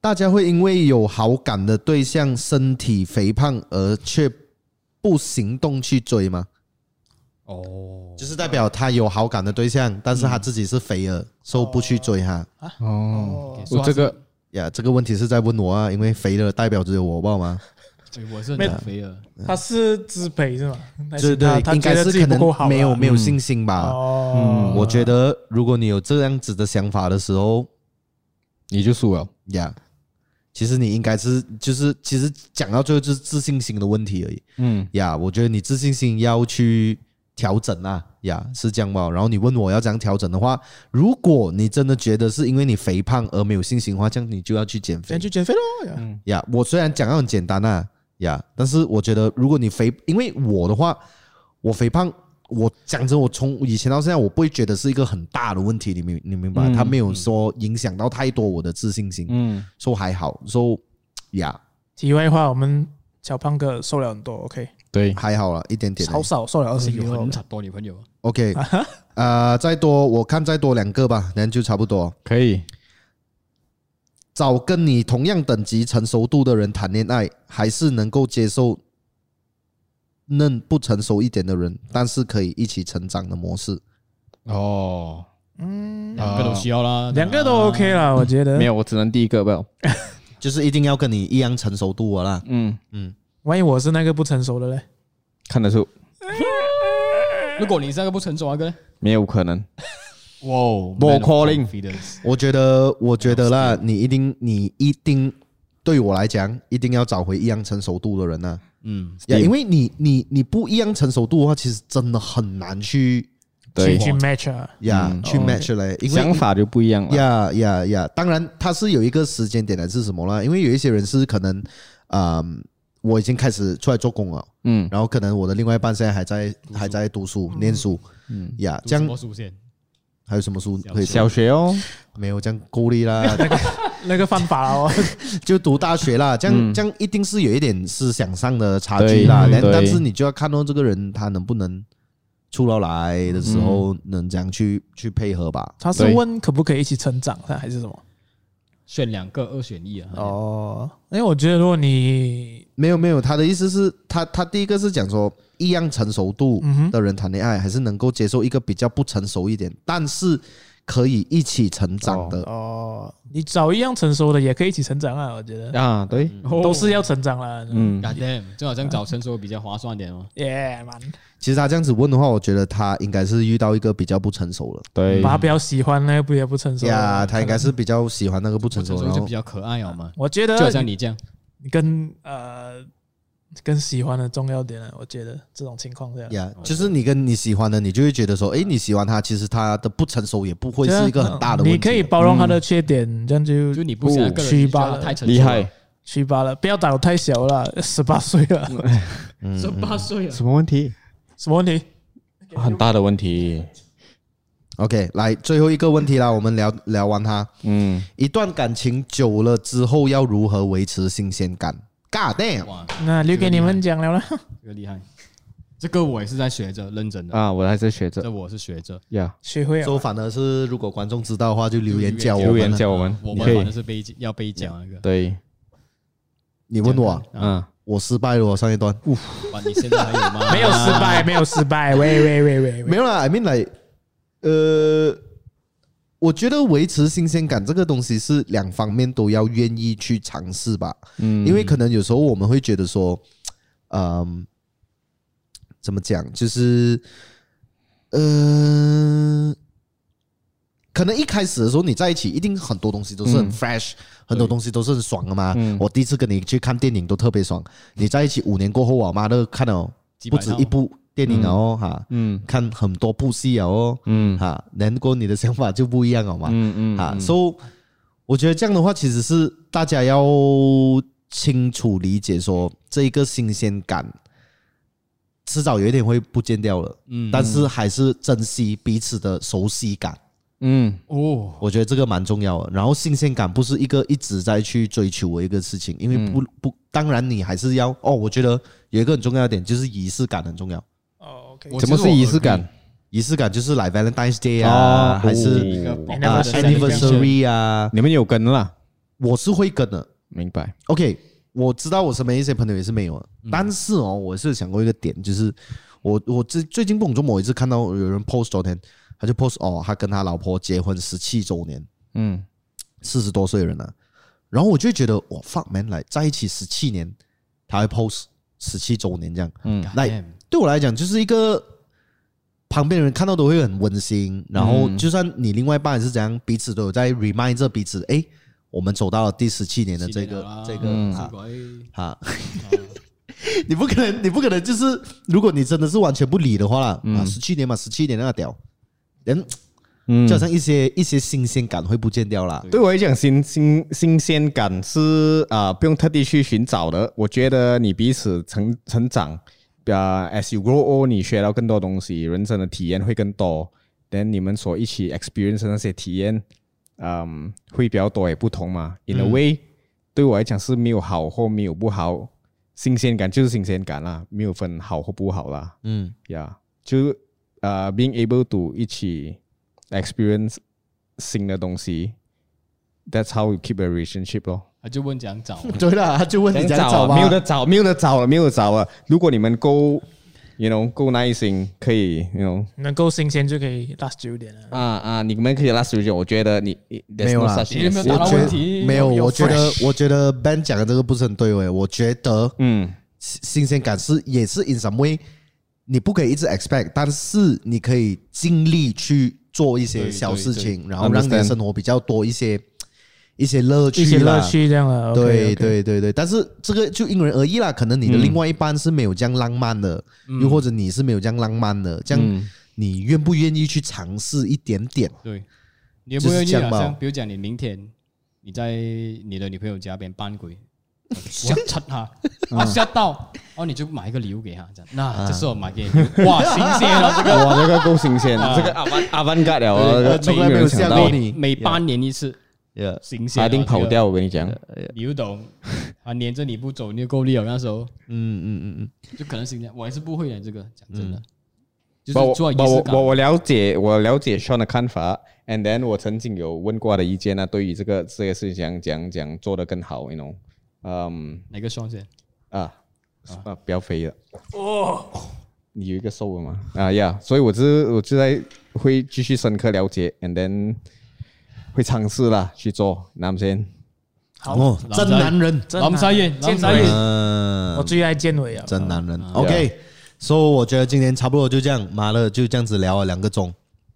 大家会因为有好感的对象身体肥胖而却不行动去追吗？
哦，
就是代表他有好感的对象，但是他自己是肥
哦
儿，所以不去追他。嗯
哦，
所以
我这个
呀、这个问题是在问我啊，因为肥的代表只有我，不好吗？
对哎我是很肥啊的，
他是自卑是吗？还
对
是
对
他，他
应
觉
该
得
是
自己
可
不够好啊，
能没有没有啊嗯信心吧。
哦，
我觉得如果你有这样子的想法的时候，
你就输了。
呀、其实你应该是就是其实讲到最后就是自信心的问题而已。
嗯
呀我觉得你自信心要去调整啊，呀，是这样吧？然后你问我要怎样调整的话，如果你真的觉得是因为你肥胖而没有信心的话，这样你就要去减
先
肥
去减肥喽。
呀。我虽然讲到很简单啊，呀，但是我觉得如果你肥，因为我的话，我肥胖。我讲真，我从以前到现在，我不会觉得是一个很大的问题，你明你明白？它没有说影响到太多我的自信心，
嗯，
说还好，说呀
题外话，我们小胖哥瘦了很多，OK，
对，
还好了，一点点而已。
好少瘦了二
哎我是
十斤
有
哎
哦
很。惨多女朋友，
OK，呃，再多我看再多两个吧，那就差不多。
可以。
找跟你同样等级成熟度的人谈恋爱，还是能够接受嫩不成熟一点的人，但是可以一起成长的模式。
哦，
<laughs>
<laughs>
嗯，
两个都需要啦，
两个
啊
都 OK 啦，我觉得
没。有，我只能第一个吧。
就是一定要跟你一样成熟度的啦。
嗯，
万一我是那个不成熟的嘞？
看得出，
如果你是那个不成熟那个呢，
没有可能。
哇
，No calling
我觉得，我觉得啦，你一定，你一定，对我来讲，一定要找回一样成熟度的人啊呢、
嗯，
呀
Steve
因为你，你，你不一样成熟度的话，其实真的很难去
去
对，
去 match 啊。
呀、
嗯
去 match 嘞，因为
想法就不一样了。
呀呀呀！当然，它是有一个时间点的是什么啦？因为有一些人是可能，啊、我已经开始出来做工了，
嗯，
然后可能我的另外一半现在还在还在读书、念书，嗯呀，这
江
样
什么出现？
还有什么书可以
小
读？
学哦，
没有这样孤立啦，
那个犯
<laughs>
法了哦，
就读大学啦，这样、这样一定是有一点思想上的差距啦。
对
但
对
但是你就要看到这个人他能不能出得来的时候，能怎样去去配合吧。
他是
对
问可不可以一起成长，还是什么？
选两个二选一啊。
哦，因为我觉得如果你
没有没有，他的意思是，他他第一个是讲说，一样成熟度
嗯哼
的人谈恋爱，还是能够接受一个比较不成熟一点，但是可以一起成长的。
哦，你找一样成熟的也可以一起成长啊，我觉得
啊，对，
嗯
哦
哦
都是要成长啦。
嗯，
God damn，就好啊像找成熟比较划算点哦。
耶，蛮
其实他这样子问的话，我觉得他应该是遇到一个比较不成熟了。
对
把他比较喜欢那个比较不成熟的啊嗯
呀，他应该是比较喜欢那个不成
成
熟，
熟
然
就
后
比较可爱好吗？
我觉得
就好像你这样，
你跟呃跟喜欢的重要点啊了，我觉得这种情况下，
呀，
哦
就是你跟你喜欢的，你就会觉得说，诶，你喜欢他，其实他的不成
啊
熟也不会是一个很大的问题。啊
嗯你可以包容他的缺点，这样就
嗯就你不想一个人
去
你觉
吧
得太成熟了
厉害，，
去吧了，不要打太小了，十八岁了，
嗯
十八岁啊，
什么问题？
什么问题？
很大的问题。
OK，来最后一个问题啦，我们聊聊完它。
嗯，
一段感情久了之后，要如何维持新鲜感？God damn！
哇，
那留给你们讲了啦。
这个厉害，这个我也是在学着，认真的，
啊，我还在学着
这我是学着。
呀，
学会啊
说
了，
反而是，如果观众知道的话，就留言教我
啊留
们啊
言
了。
教我们，
啊我
你
们
可
反正
以
是被要被讲那个，
对，
你问我啊，
嗯，
我失败了哦，上一段
哇，你现在还有吗？
<laughs> 没有失败，没有失败，喂喂喂喂
没
喂，
有啦。I mean like，呃，我觉得维持新鲜感这个东西是两方面都要愿意去尝试吧。
嗯，
因为可能有时候我们会觉得说，嗯，怎么讲，就是，呃，可能一开始的时候你在一起，一定很多东西都是很 fresh，、很多东西都是很爽的嘛。我第一次跟你去看电影都特别爽，你在一起五年过后啊，妈的，看了
几
不
百
止
套
一部电影了哦，哈，
嗯
看很多部戏了哦，
嗯
哈，难过你的想法就不一样了嘛。
嗯嗯
啊，所以我觉得这样的话，其实是大家要清楚理解说，这一个新鲜感，迟早有一天会不见掉了。嗯，但是还是珍惜彼此的熟悉感，
嗯
哦，
我觉得这个蛮重要的。然后新鲜感不是一个一直在去追求的一个事情，因为不
嗯
不，当然你还是要哦，我觉得有一个很重要的点就是仪式感很重要。
哦，OK，
我
怎么是仪式感？
仪式感就是来 Valentine's Day
嗯哦
啊，还是
一个宝
啊
宝的
anniversary 啊，
你们有跟啦，
我是会跟的。
明白？
OK，我知道我身边一些朋友也是没有的，
嗯
但是哦，我是想过一个点，就是我我最最近不懂中某一次看到有人 post 昨天，他就 post 哦，他跟他老婆结婚十七周年，
嗯
四十多岁的人了、然后我就觉得哇 fuck man，来在一起十七年，他会 post 十七周年这样，
嗯
来
Damn
对我来讲就是一个旁边人看到都会很温馨，然后
嗯
就算你另外一半是怎样，彼此都有在 remind 着彼此，诶，我们走到了第十七年的这个这个
嗯
啊。
鬼
啊，
哦
<laughs> 你不可能，你不可能就是，如果你真的是完全不理的话啦，啊，十七年嘛，十七年那个屌，人
嗯
就好像一些一些新鲜感会不见掉啦。
对我来讲，新新新鲜感是啊、不用特地去寻找的。我觉得你彼此成成长，啊、a s you grow old，你学到更多东西，人生的体验会更多。等你们所一起 experience 的那些体验，嗯，会比较多也不同嘛。In a way，、对我来讲是没有好或没有不好，新鲜感就是新鲜感啦，没有分好或不好啦。
嗯，
呀、就呃、being able to 一起 experience 新的东西，that's how you keep a relationship 咯。
他就问讲找，
对啦，他就问你
想
怎样
找
找吧
啊，没有得找，没有得找了，没有得找了。如果你们够，you know，够耐心，可以，you
能够新鲜就可以 last 久一点了
know，。啊啊，你们可以 last 久。我觉得你
没有啦
你有没有
我
啊
找到
觉
问
得
题？
没有，
有
我觉得我觉得 Ben 讲的这个不是很对位，我觉得
嗯
新新鲜感是也是 in some way，你不可以一直 expect，但是你可以尽力去做一些
对
小
对
事
对
情，然后让你的
Understand
生活比较多一些一些乐趣
一些乐
啦
趣这样啊了，
对，对对对，但是这个就因人而异啦，可能你的另外一半是没有这样浪漫的，又或者你是没有这样浪漫的，这样你愿不愿意去尝试一点点？
对，你有没有愿意
就是这样
啊？
吧
像比如讲，你明天你在你的女朋友家边
<laughs>
扮鬼，我吓吓她，
嗯
啊吓到，然后你就买一个礼物给她，这样，
啊
那这是我买给你，
<laughs>
哇，新鲜了这个。
哇，这个够新鲜，啊这个阿万阿万嘎了
对
哦，
从
这个
来没有
想
想
到
过
每
你
每半年一次，
呃，
新鲜
他
了
一定跑，掉，我跟你讲，
这个你不懂，啊，黏着你不啊走，你就够力了。那时候
嗯嗯嗯嗯，
就可能新鲜，我还是不会的。这个讲真的，就
嗯我
是做仪
我
式
我
感
我。我了解我了解 Sean 的看法，and then 我曾经有问过他的意见呢、啊对于这个这个事情讲讲做得更好，you know，嗯
哪个双先？
啊啊，不要飞了，
哦，
你有一个瘦了嘛？啊呀，所以我就是我就在会继续深刻了解，and then 会尝试啦去做，那么先
好，
哦，
男
真男人，
真
蓝沙燕
建
蓝沙燕
嗯
我，最爱建伟啊，
真男人。OK，所以我觉得今天差不多就这样，妈了，就这样子聊了两个钟，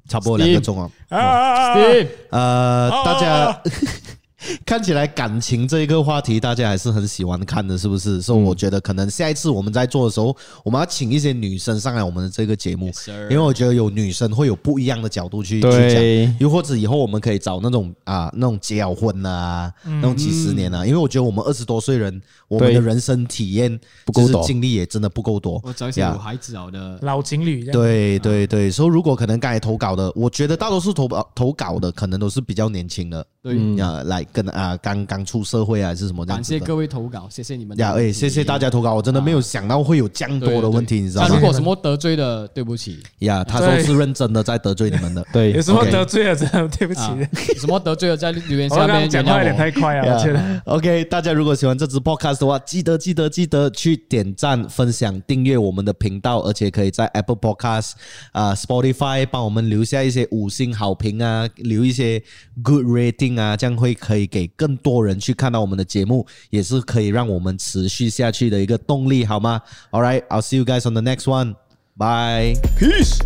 差不多两个钟啊。
啊，
Steve，
呃，大家 <laughs> 看起来感情这一个话题，大家还是很喜欢看的，是不是？所以我觉得可能下一次我们在做的时候，我们要请一些女生上来我们的这个节目
Yes, sir
因为我觉得有女生会有不一样的角度去去
对
讲，又或者以后我们可以找那种啊那种结了婚啊，那种几十年啊，因为我觉得我们二十多岁人，我们
对
的人生体验
不够
就是
多
经历也真的不够多。
我找一些
呀
有孩子好的，
嗯
老情侣这样，
对对对，所以如果可能刚才投稿的，我觉得大多数投稿投稿的可能都是比较年轻的，
对，
啊，来跟啊刚刚出社会啊还是什么这样
感
子
谢
的。
各位投稿，谢谢你们的
呀，
问
哎，
题
谢谢大家投稿，我真的没有想到会有这样
对
多的
对
问题，你知道
那如
吗？
果有什么得罪的，对不起，
呀，他都是认真的在得罪你们的。
对
有什么
OK
得罪了？真的对不起，
啊，有什么得罪的在留言
<laughs> 我
下
刚刚
面
讲
原
话有点
谅我。
太快啊了，
<laughs>
我觉得
Yeah. OK，大家如果喜欢这支 podcast 的话，记得记得记得去点赞、分享、订阅我们的频道，而且可以在 Apple Podcast 啊、Spotify 帮我们留下一些五星好评啊，留一些 good rating 啊，这样会可以给更多人去看到我们的节目，也是可以让我们持续下去的一个动力，好吗？All right，I'll see you guys on the next one. Bye.
Peace。